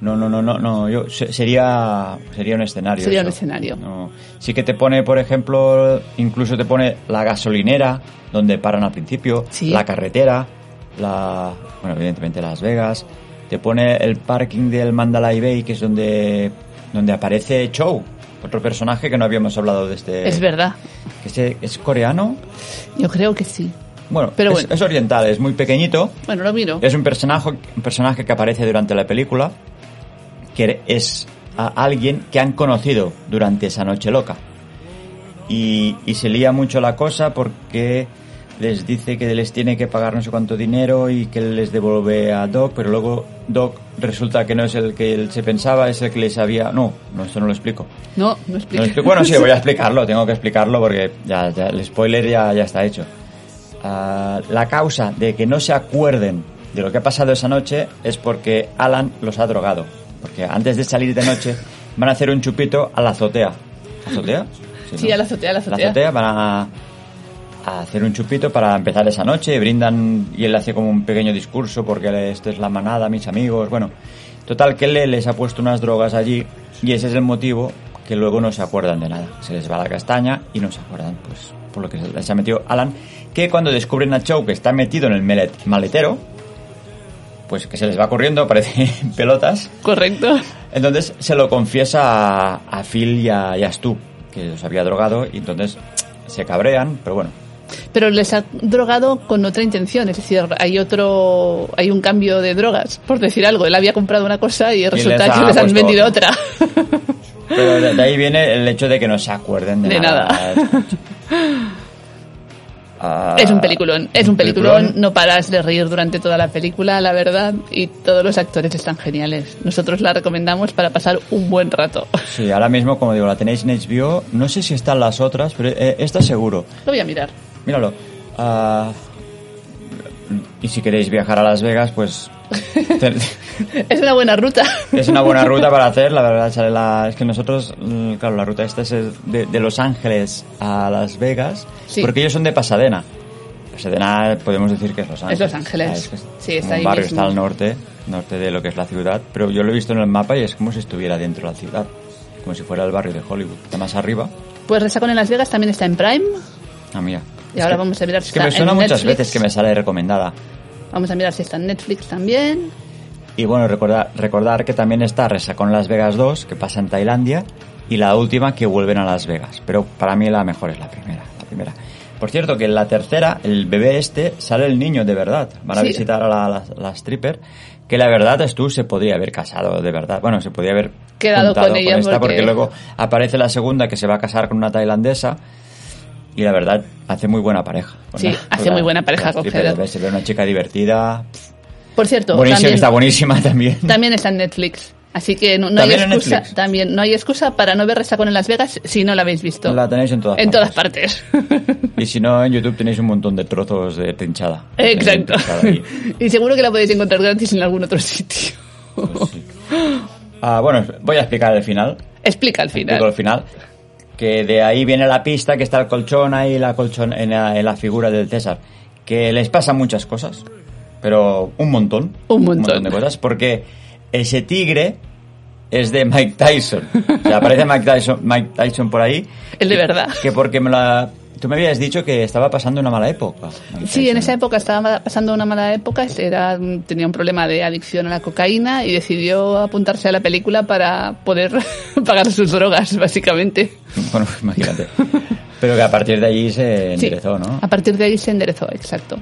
D: no, no, no, no, no. Yo se- sería, sería un escenario.
E: Sería un
D: eso.
E: escenario.
D: No. Sí que te pone, por ejemplo, incluso te pone la gasolinera donde paran al principio,
E: Sí.
D: la carretera, la, bueno, evidentemente Las Vegas, te pone el parking del Mandalay Bay, que es donde, donde aparece Chow, otro personaje que no habíamos hablado de este.
E: es verdad.
D: Que este- es coreano.
E: Yo creo que sí.
D: Bueno,
E: Pero
D: es,
E: bueno.
D: es oriental, es muy pequeñito.
E: Bueno, lo miro.
D: Es un personaje, un personaje que aparece durante la película, que es a alguien que han conocido durante esa noche loca. Y, y se lía mucho la cosa porque les dice que les tiene que pagar no sé cuánto dinero y que les devuelve a Doc, pero luego Doc resulta que no es el que él se pensaba, es el que les había... No, no, esto no lo explico.
E: No, no
D: No
E: explica.
D: lo explico. Bueno,
E: [laughs]
D: sí, voy a explicarlo, tengo que explicarlo porque ya, ya, el spoiler ya, ya está hecho. Ah, la causa de que no se acuerden de lo que ha pasado esa noche es porque Alan los ha drogado. Porque antes de salir de noche van a hacer un chupito a la azotea. ¿Azotea?
E: [laughs] Sí, a la azotea, a la azotea.
D: La azotea van a, a hacer un chupito para empezar esa noche y brindan y él hace como un pequeño discurso porque esto es la manada, mis amigos, bueno. Total que él les ha puesto unas drogas allí y ese es el motivo que luego no se acuerdan de nada. Se les va la castaña y no se acuerdan, pues por lo que se les ha metido Alan, que cuando descubren a Chow que está metido en el melet- maletero, pues que se les va corriendo, [laughs] parecen pelotas.
E: Correcto.
D: Entonces se lo confiesa a, a Phil y a, y a Stu, que los había drogado, y entonces se cabrean, pero bueno,
E: Pero les ha drogado con otra intención. Es decir, hay otro. Hay un cambio de drogas, por decir algo. Él había comprado una cosa y resulta
D: les ha
E: que les han
D: puesto
E: vendido
D: otra.
E: otra. [laughs]
D: Pero de de ahí viene el hecho de que no se acuerden de,
E: De
D: nada. [laughs] Ah,
E: es un peliculón. Es un peliculón. No paras de reír durante toda la película, la verdad. Y todos los actores están geniales. Nosotros la recomendamos para pasar un buen rato. [laughs]
D: Sí, ahora mismo, como digo, la tenéis en HBO. No sé si están las otras, pero eh, esta seguro.
E: Lo voy a mirar.
D: Míralo. Ah, y si queréis viajar a Las Vegas,
E: [laughs]
D: pues... te-
E: Es una buena ruta.
D: Es una buena ruta para hacer, la verdad. sale la- es que nosotros, mm, claro, la ruta esta es de, de Los Ángeles a Las Vegas,
E: Sí.
D: porque ellos son de Pasadena. Pasadena podemos decir que es Los Ángeles.
E: Los Ángeles.
D: Ah, es que es
E: Sí,
D: un
E: está ahí
D: barrio
E: mismo.
D: está al norte, norte de lo que es la ciudad, pero yo lo he visto en el mapa y es como si estuviera dentro de la ciudad, como si fuera el barrio de Hollywood. Está más arriba.
E: Pues Resacón en Las Vegas también está en Prime.
D: Ah, mira.
E: Y ahora vamos a mirar si
D: Es que me
E: está
D: suena
E: en
D: muchas
E: Netflix.
D: veces que me sale recomendada.
E: Vamos a mirar si está en Netflix también.
D: Y bueno, recordar, recordar que también está Resacón Las Vegas 2, que pasa en Tailandia, y la última que vuelven a Las Vegas. Pero para mí la mejor es la primera, la primera. Por cierto, que en la tercera, el bebé este, sale el niño de verdad. Van a
E: Sí.
D: visitar a la, la- la stripper, que la verdad es tú, se podría haber casado de verdad. Bueno, se podría haber
E: Quedado
D: juntado
E: con ella
D: esta, porque...
E: porque-
D: luego aparece la segunda que se va a casar con una tailandesa. Y la verdad, hace muy buena pareja.
E: Sí,
D: Con la-
E: hace
D: con la-
E: muy buena pareja
D: la
E: con
D: stripper
E: Federer.
D: de- Se ve una chica divertida,
E: Por cierto,
D: Buenísima,
E: también,
D: está buenísima [laughs] también.
E: también está en Netflix. Así que no, no hay
D: ¿También en
E: excusa,
D: Netflix?
E: también no hay excusa para no ver Resacón en Las Vegas si no la habéis visto.
D: La tenéis en todas
E: en
D: partes.
E: todas partes.
D: [laughs] Y si no, en YouTube tenéis un montón de trozos de trinchada.
E: Exacto.
D: De trinchada ahí.
E: [laughs] y seguro que la podéis encontrar gratis en algún otro sitio. [laughs]
D: Pues sí. Ah, bueno, voy a explicar el final.
E: Explica al
D: Explico el
E: final.
D: final. Que de ahí viene la pista, que está el colchón ahí, la colchón en la, en la figura del César. Que les pasa muchas cosas, pero un montón.
E: Un montón.
D: de cosas, porque ese tigre es de Mike Tyson. O sea, aparece Mike Tyson, Mike Tyson por ahí.
E: El de verdad.
D: Que porque me la... Tú me habías dicho que estaba pasando una mala época. Mike
E: Sí,
D: Tyson.
E: en esa época estaba ma- pasando una mala época, era, tenía un problema de adicción a la cocaína y decidió apuntarse a la película para poder [laughs] pagar sus drogas, básicamente.
D: Bueno, imagínate. Pero que a partir de allí se
E: Sí.
D: enderezó, ¿no?
E: A partir de ahí se enderezó, exacto.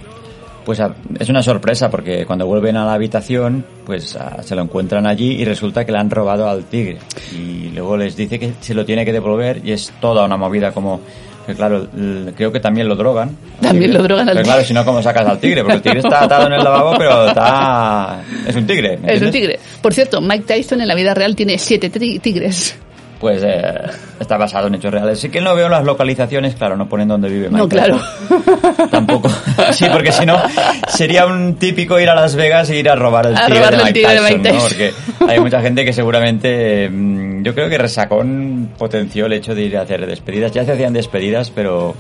D: Pues a- es una sorpresa porque cuando vuelven a la habitación, pues a- se lo encuentran allí y resulta que le han robado al tigre. Y luego les dice que se lo tiene que devolver y es toda una movida como... Que claro, el- creo que también lo drogan. al
E: También
D: tigre.
E: lo drogan al
D: Pero
E: tigre.
D: claro, si no, ¿cómo sacas al tigre? Porque el tigre está atado en el lavabo, pero está... Es un tigre. ¿me
E: Es un
D: entiendes?
E: tigre. Por cierto, Mike Tyson en la vida real tiene siete tri- tigres.
D: Pues eh, está basado en hechos reales. Sí que no veo las localizaciones, claro, no ponen dónde vive. Mike
E: No, claro. [laughs]
D: Tyson. Tampoco. [laughs] Sí, porque si no, sería un típico ir a Las Vegas e ir a robar el
E: A
D: tigre,
E: robarle
D: de,
E: el
D: Mike
E: tigre de
D: Tyson,
E: Mike
D: ¿no?
E: Tyson.
D: Porque hay mucha gente que seguramente, mm, yo creo que Resacón potenció el hecho de ir a hacer despedidas. Ya se hacían despedidas, pero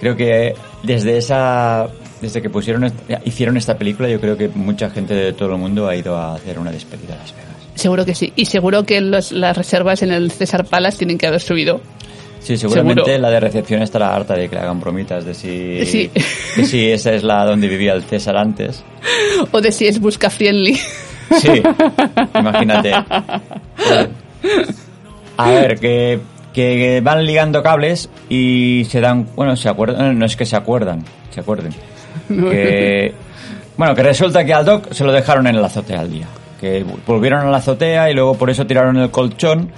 D: creo que desde esa... Desde que pusieron, est- hicieron esta película, yo creo que mucha gente de todo el mundo ha ido a hacer una despedida a Las Vegas.
E: Seguro que sí. Y seguro que los- las reservas en el César Palace tienen que haber subido.
D: Sí, seguramente
E: Seguro.
D: la de recepción estará harta de que le hagan bromitas de si,
E: Sí.
D: de si esa es la donde vivía el César antes.
E: O de si es busca friendly. [laughs]
D: Sí, imagínate. A ver, que, que van ligando cables y se dan, bueno, se acuerdan, no es que se acuerdan, se acuerden. Que, bueno, que resulta que al Doc se lo dejaron en la azotea al día. Que volvieron a la azotea y luego por eso tiraron el colchón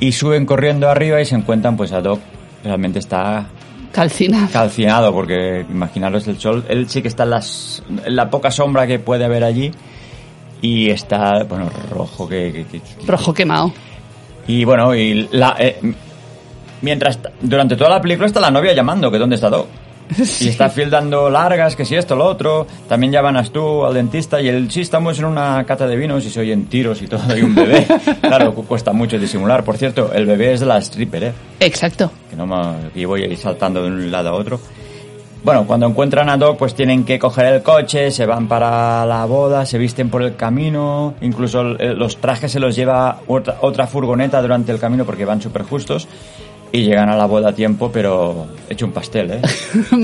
D: y suben corriendo arriba y se encuentran pues a Doc realmente está
E: Calcina.
D: calcinado, porque imaginaros el sol, él sí que está en, las, en la poca sombra que puede haber allí y está, bueno, rojo que... que- que-
E: Rojo quemado.
D: Y bueno, y la... eh, mientras, durante toda la película está la novia llamando, que dónde está Doc. Y está Phil dando largas, que si esto, lo otro. También ya van a tú al dentista y él, sí, estamos en una cata de vinos y se oyen tiros y todo, hay un bebé. Claro, cu- cuesta mucho disimular. Por cierto, el bebé es de la stripper, ¿eh?
E: Exacto. [laughs]
D: que no me que voy a ir saltando de un lado a otro. Bueno, cuando encuentran a Doc, pues tienen que coger el coche, se van para la boda, se visten por el camino, incluso eh, los trajes se los lleva otra, otra furgoneta durante el camino porque van súper justos y llegan a la boda a tiempo, pero hecho un
E: [laughs]
D: pastel, ¿eh?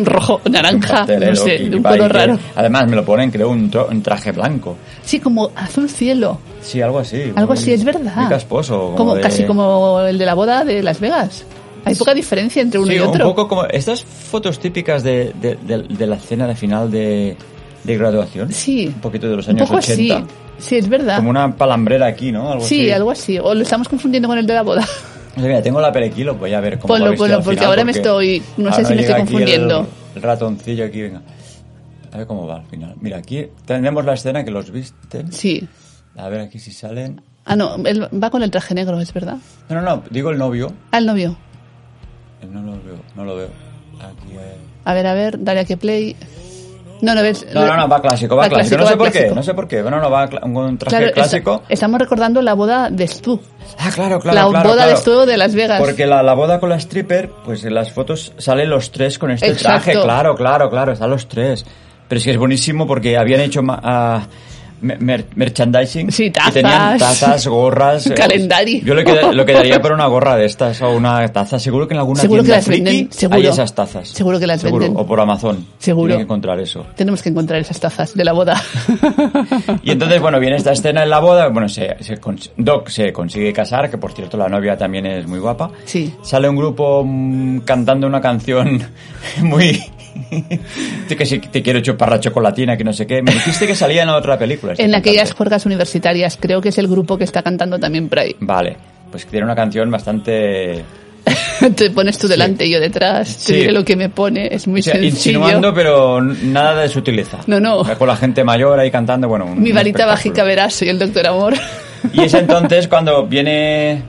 E: Rojo,
D: Un
E: naranja,
D: pastel, ¿eh?
E: no
D: Lo
E: sé,
D: que-
E: un
D: va, y
E: color
D: que-
E: raro.
D: Además, me lo ponen, creo, un, tro- un traje blanco.
E: Sí, como azul cielo.
D: Sí, algo así.
E: Algo
D: muy-
E: así, es verdad.
D: Muy casposo. como
E: Como-
D: de-
E: Casi como el de la boda de Las Vegas. Hay poca diferencia entre uno
D: Sí,
E: y otro.
D: un poco como estas fotos típicas de, de, de- de la cena de final de, de graduación.
E: Sí.
D: Un poquito de los
E: Un
D: años
E: poco
D: 80.
E: así. Sí, es verdad.
D: Como una palambrera aquí, ¿no? Algo
E: sí,
D: así.
E: algo así. O lo estamos confundiendo con el de la boda.
D: O sea, mira, tengo la perequilo, voy a ver cómo
E: Ponlo,
D: va vestido
E: ponlo,
D: al
E: porque
D: final,
E: ahora me estoy- no sé
D: ahora
E: si
D: llega
E: me estoy
D: aquí
E: confundiendo.
D: El, el ratoncillo aquí, venga. A ver cómo va al final. Mira, aquí tenemos la escena que los visten.
E: Sí.
D: A ver aquí si salen.
E: Ah, no, él va con el traje negro, es verdad.
D: No, no, no, digo el novio.
E: Al novio.
D: Eh, No lo veo, no lo veo. Aquí, a ver.
E: A ver, a ver, dale a que play. No, no ves.
D: No, no, no, va clásico, va, clásico. No
E: va
D: sé por
E: clásico.
D: qué, no sé por qué. Bueno, no, va cla- un traje
E: Claro, esta-
D: clásico.
E: estamos recordando la boda de Stu.
D: Ah, claro, claro.
E: la
D: claro,
E: boda de
D: claro.
E: Stu de Las Vegas.
D: Porque la, la boda con la stripper, pues en las fotos salen los tres con este
E: Exacto.
D: traje. Claro, claro, claro, están los tres. Pero es que es buenísimo porque habían hecho ma- a, mer- mer- merchandising.
E: Sí,
D: y tenían
E: tazas.
D: tazas, gorras. eh,
E: Calendario.
D: Yo lo, queda- lo quedaría por una gorra de estas o una taza. Seguro que en alguna
E: Seguro que
D: tienda
E: las
D: friki
E: venden, seguro.
D: hay esas tazas.
E: Seguro que las
D: Seguro,
E: venden.
D: O por Amazon.
E: Seguro.
D: Tienen que encontrar eso.
E: Tenemos que encontrar esas tazas de
D: [laughs]
E: la boda.
D: Y entonces, bueno, viene esta escena en la boda. Bueno, se, se cons- Doc se consigue casar, que por cierto la novia también es muy guapa.
E: Sí.
D: Sale un grupo mm, cantando una canción [laughs] muy... [laughs] de que si te quiero chupar la chocolatina, que no sé qué. Me dijiste que salía en otra película. este
E: en aquellas
D: cantante.
E: juergas universitarias, creo que es el grupo que está cantando también Pride.
D: Vale, pues tiene una canción bastante...
E: [laughs] Te pones tú delante y yo detrás,
D: Sí.
E: te diré lo que me pone, es muy
D: o sea,
E: sencillo.
D: insinuando, pero n- nada de sutileza.
E: No, no.
D: Con la gente mayor ahí cantando, bueno... un-
E: Mi
D: un
E: varita
D: espectáculo.
E: mágica verás, soy el doctor amor. [laughs]
D: Y es entonces cuando viene...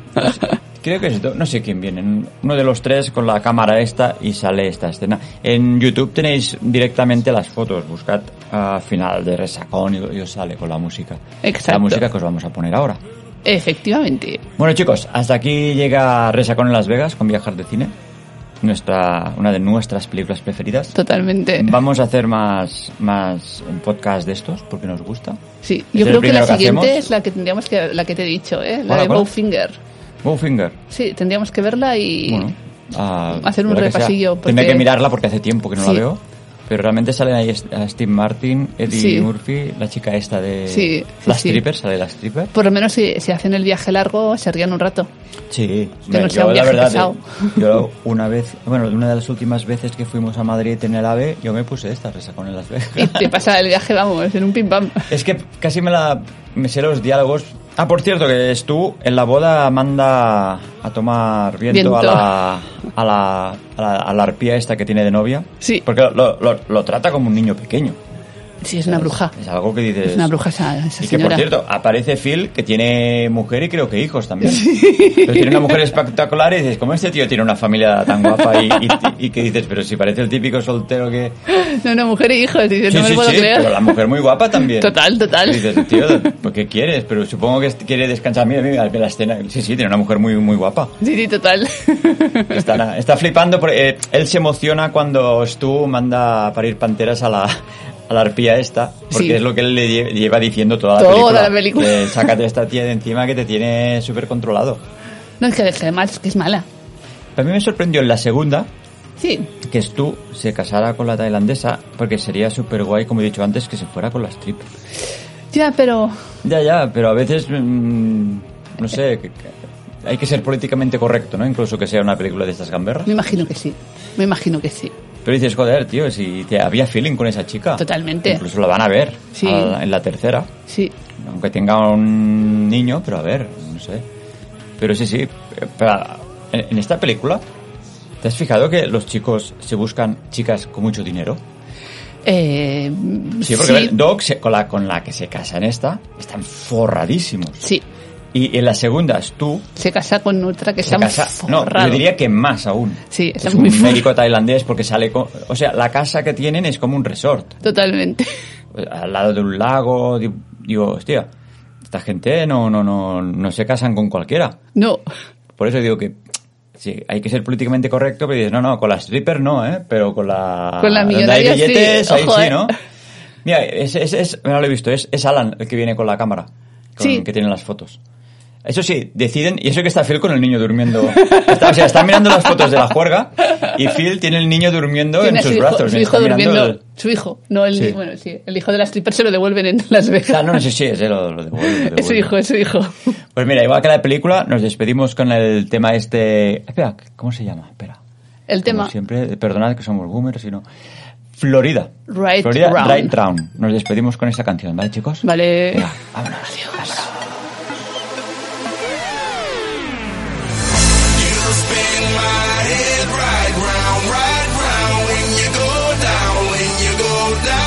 D: Creo que es... Do- No sé quién viene. Uno de los tres con la cámara esta y sale esta escena. En YouTube tenéis directamente las fotos. Buscad ah, final de Resacón y, y os sale con la música.
E: Exacto.
D: La música que os vamos a poner ahora.
E: Efectivamente.
D: Bueno chicos, hasta aquí llega Resacón en Las Vegas con Viajar de Cine. Nuestra, una de nuestras películas preferidas.
E: Totalmente.
D: Vamos a hacer más, más podcast de estos porque nos gusta.
E: Sí,
D: Es
E: yo
D: el
E: creo que la
D: primero que
E: siguiente
D: hacemos.
E: es la que tendríamos que la que te he dicho, ¿eh? la
D: Hola,
E: de
D: hola.
E: Bowfinger.
D: Bowfinger.
E: Sí, tendríamos que verla y
D: Bueno, ah,
E: hacer
D: lo
E: un
D: que sea.
E: repasillo,
D: Tendré
E: porque-
D: que mirarla porque hace tiempo que no
E: Sí.
D: la veo. Pero realmente salen ahí est- a Steve Martin, Eddie
E: Sí.
D: Murphy, la chica esta de
E: Sí, sí,
D: la
E: sí. Pues,
D: stripper, sale la stripper.
E: por lo menos si, si hacen el viaje largo se rían un rato.
D: Sí,
E: Que no sea un
D: la
E: viaje
D: verdad,
E: pesado.
D: eh, yo una vez, bueno, una de las últimas veces que fuimos a Madrid en el AVE, yo me puse esta resacón en Las
E: [laughs]
D: Vegas. [laughs]
E: Y te pasa el viaje, vamos, en un pim pam.
D: Es que casi me la me sé los diálogos. Ah, por cierto, que es tú en la boda manda a tomar viento, A,
E: Viento.
D: la, a, la, a la a la arpía esta que tiene de novia.
E: Sí.
D: Porque lo, lo- lo trata como un niño pequeño.
E: Sí, es una bruja.
D: Es algo que dices.
E: Es una bruja esa, esa
D: Y que por
E: señora.
D: cierto, aparece Phil que tiene mujer y creo que hijos también. Pero tiene una mujer espectacular y dices, ¿cómo este tío tiene una familia tan guapa? Y, y- y que dices, pero si parece el típico soltero que.
E: [laughs] No, no, mujer e hijos, dice, no me lo puedo creer.
D: pero la mujer muy guapa también.
E: Total, total.
D: Y dices, tío, ¿por qué quieres? Pero supongo que est- quiere descansar. Mira, mira, mira la escena. Sí, sí, tiene una mujer muy, muy guapa.
E: [laughs] Sí, sí, total. [laughs]
D: Está, está flipando porque eh, él se emociona cuando Stu manda a parir panteras a la, a la arpía esta. Porque
E: Sí.
D: es lo que él le lle- lleva diciendo toda la
E: Toda
D: película.
E: la película.
D: De, [laughs] Sácate a esta tía de encima que te tiene súper controlado.
E: No, es que además es que es mala.
D: También me sorprendió en la segunda
E: Sí,
D: que Stu se casara con la tailandesa porque sería súper guay, como he dicho antes, que se fuera con la strip.
E: ya, pero
D: Ya, ya, pero a veces, mm, no sé, que- que hay que ser políticamente correcto, ¿no? Incluso que sea una película de estas gamberras.
E: me imagino que sí. Me imagino que sí.
D: Pero dices, joder, tío, si te había feeling con esa chica.
E: Totalmente.
D: Incluso la van a ver
E: Sí.
D: a la- en la tercera.
E: Sí,
D: Aunque tenga un niño, pero a ver, no sé. Pero sí, sí. pero en, en esta película, ¿te has fijado que los chicos se buscan chicas con mucho dinero?
E: Eh,
D: Sí, porque a ver, Doc, se- con, la, con la que se casa en esta, están forradísimos.
E: sí,
D: Y en la segunda, Stu,
E: se casa con otra que
D: se
E: está
D: casa. No,
E: forrado.
D: yo diría que más aún.
E: Sí, está
D: es
E: muy
D: un
E: forrado.
D: médico tailandés porque sale con, o sea, la casa que tienen es como un resort, eh,
E: Totalmente.
D: al lado de un lago, di- digo, hostia, esta gente no no no no se casan con cualquiera.
E: No,
D: Por eso digo que sí, hay que ser políticamente correcto, pero dices, no, no, con la stripper no, ¿eh? Pero con la
E: Con la
D: donde
E: millonaria
D: hay
E: sí,
D: billetes, ahí
E: ojo,
D: sí,
E: ¿eh?
D: ¿no? Mira, es, es, es- no lo he visto, es, es Alan el que viene con la cámara, con-
E: Sí.
D: que tiene las fotos. Eso sí, deciden, y eso que está Phil con el niño durmiendo. Está- o sea, están mirando las fotos de la juerga y Phil tiene el niño durmiendo
E: tiene
D: en
E: a su
D: sus
E: hijo,
D: brazos.
E: su
D: y
E: hijo
D: está mirando
E: durmiendo.
D: el-
E: Su hijo, no el,
D: Sí.
E: bueno, sí, el hijo de la stripper se lo devuelven en Las Vegas.
D: Ah, no, no sé si es, eh, lo, lo devuelve, lo
E: [laughs] es su
D: devuelve.
E: hijo, es su hijo.
D: Pues mira, igual que la película, nos despedimos con el tema este... Espera, ¿cómo se llama? Espera.
E: El tema.
D: Como siempre, perdonad que somos boomers, sino Florida.
E: Right
D: Florida
E: Round.
D: Right Round. Nos despedimos con esta canción, ¿vale, chicos?
E: Vale.
D: Venga, vámonos. Vámonos.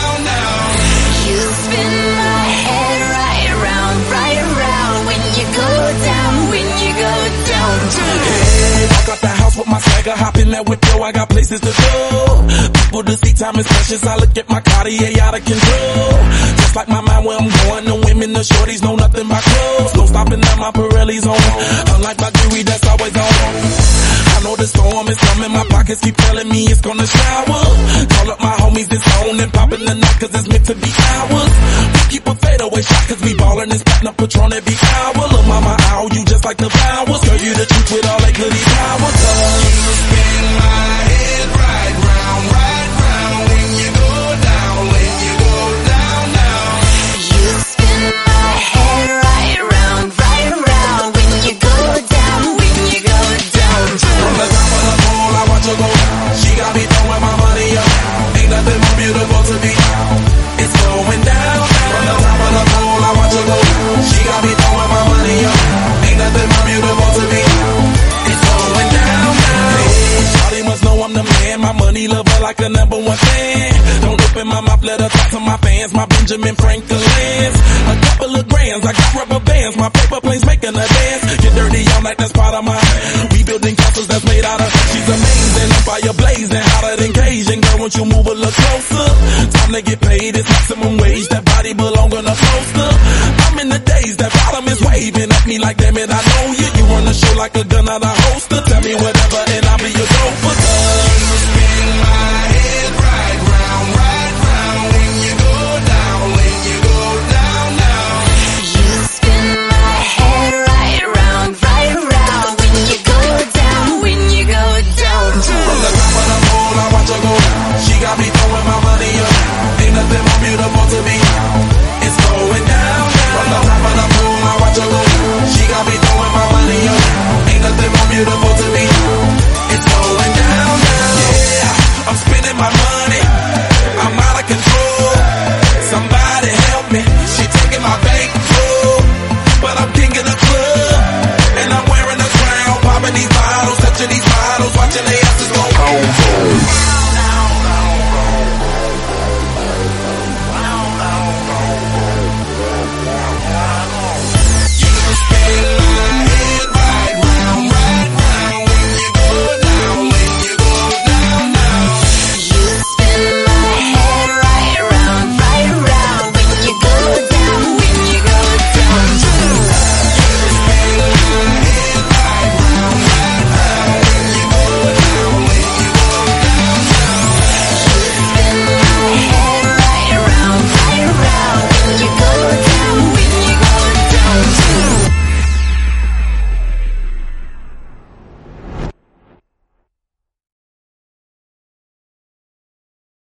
F: You spin my head right around, right around when you go down, when you go down to
G: I got the house with my swagger, hop in that window, I got places to go. People to see, time is precious, I look at my Cartier out of control. Just like my mind where I'm going, the women, the shorties know nothing but clothes. No stopping at my Pirelli's on, unlike my jewelry that's always on. I know the storm is coming. My pockets keep telling me it's gonna shower. Call up my homies, it's on and popping the night cause it's meant to be ours. We keep a fadeaway shot cause we ballin' and spittin' up Patron every hour. Look, mama, ow, you just like the flowers. Girl, you the truth with all that goody power. Cause you spin my head right round, right round. When you go down, when you go down, down.
F: You spin my head right around, right around. When you go down, when you go down,
G: From the top of the pole, I watch her go down. She got me throwing my money around. Ain't nothing more beautiful to be down. It's going down. From the top of the pole, I watch her go down. She got me throwing my money around. Ain't nothing more beautiful to be down. It's going down. Hey, Shawty must know I'm the man. My money lover like a number one fan. Don't open my mouth, let her talk to my fans. My Benjamin Franklin's. A couple of grands, I got rubber bands. My paper planes making a dance. Get dirty all night, that's part of my. We building castles that's made out of. She's amazing, I'm fire blazing, hotter than Cajun. Girl, won't you move a little closer? Time to get paid, it's maximum wage. That body belong on a poster. I'm in the days, that bottom is waving at me like, damn it, I know you. You run the show like a gun out of holster. Tell me whatever, and I'll be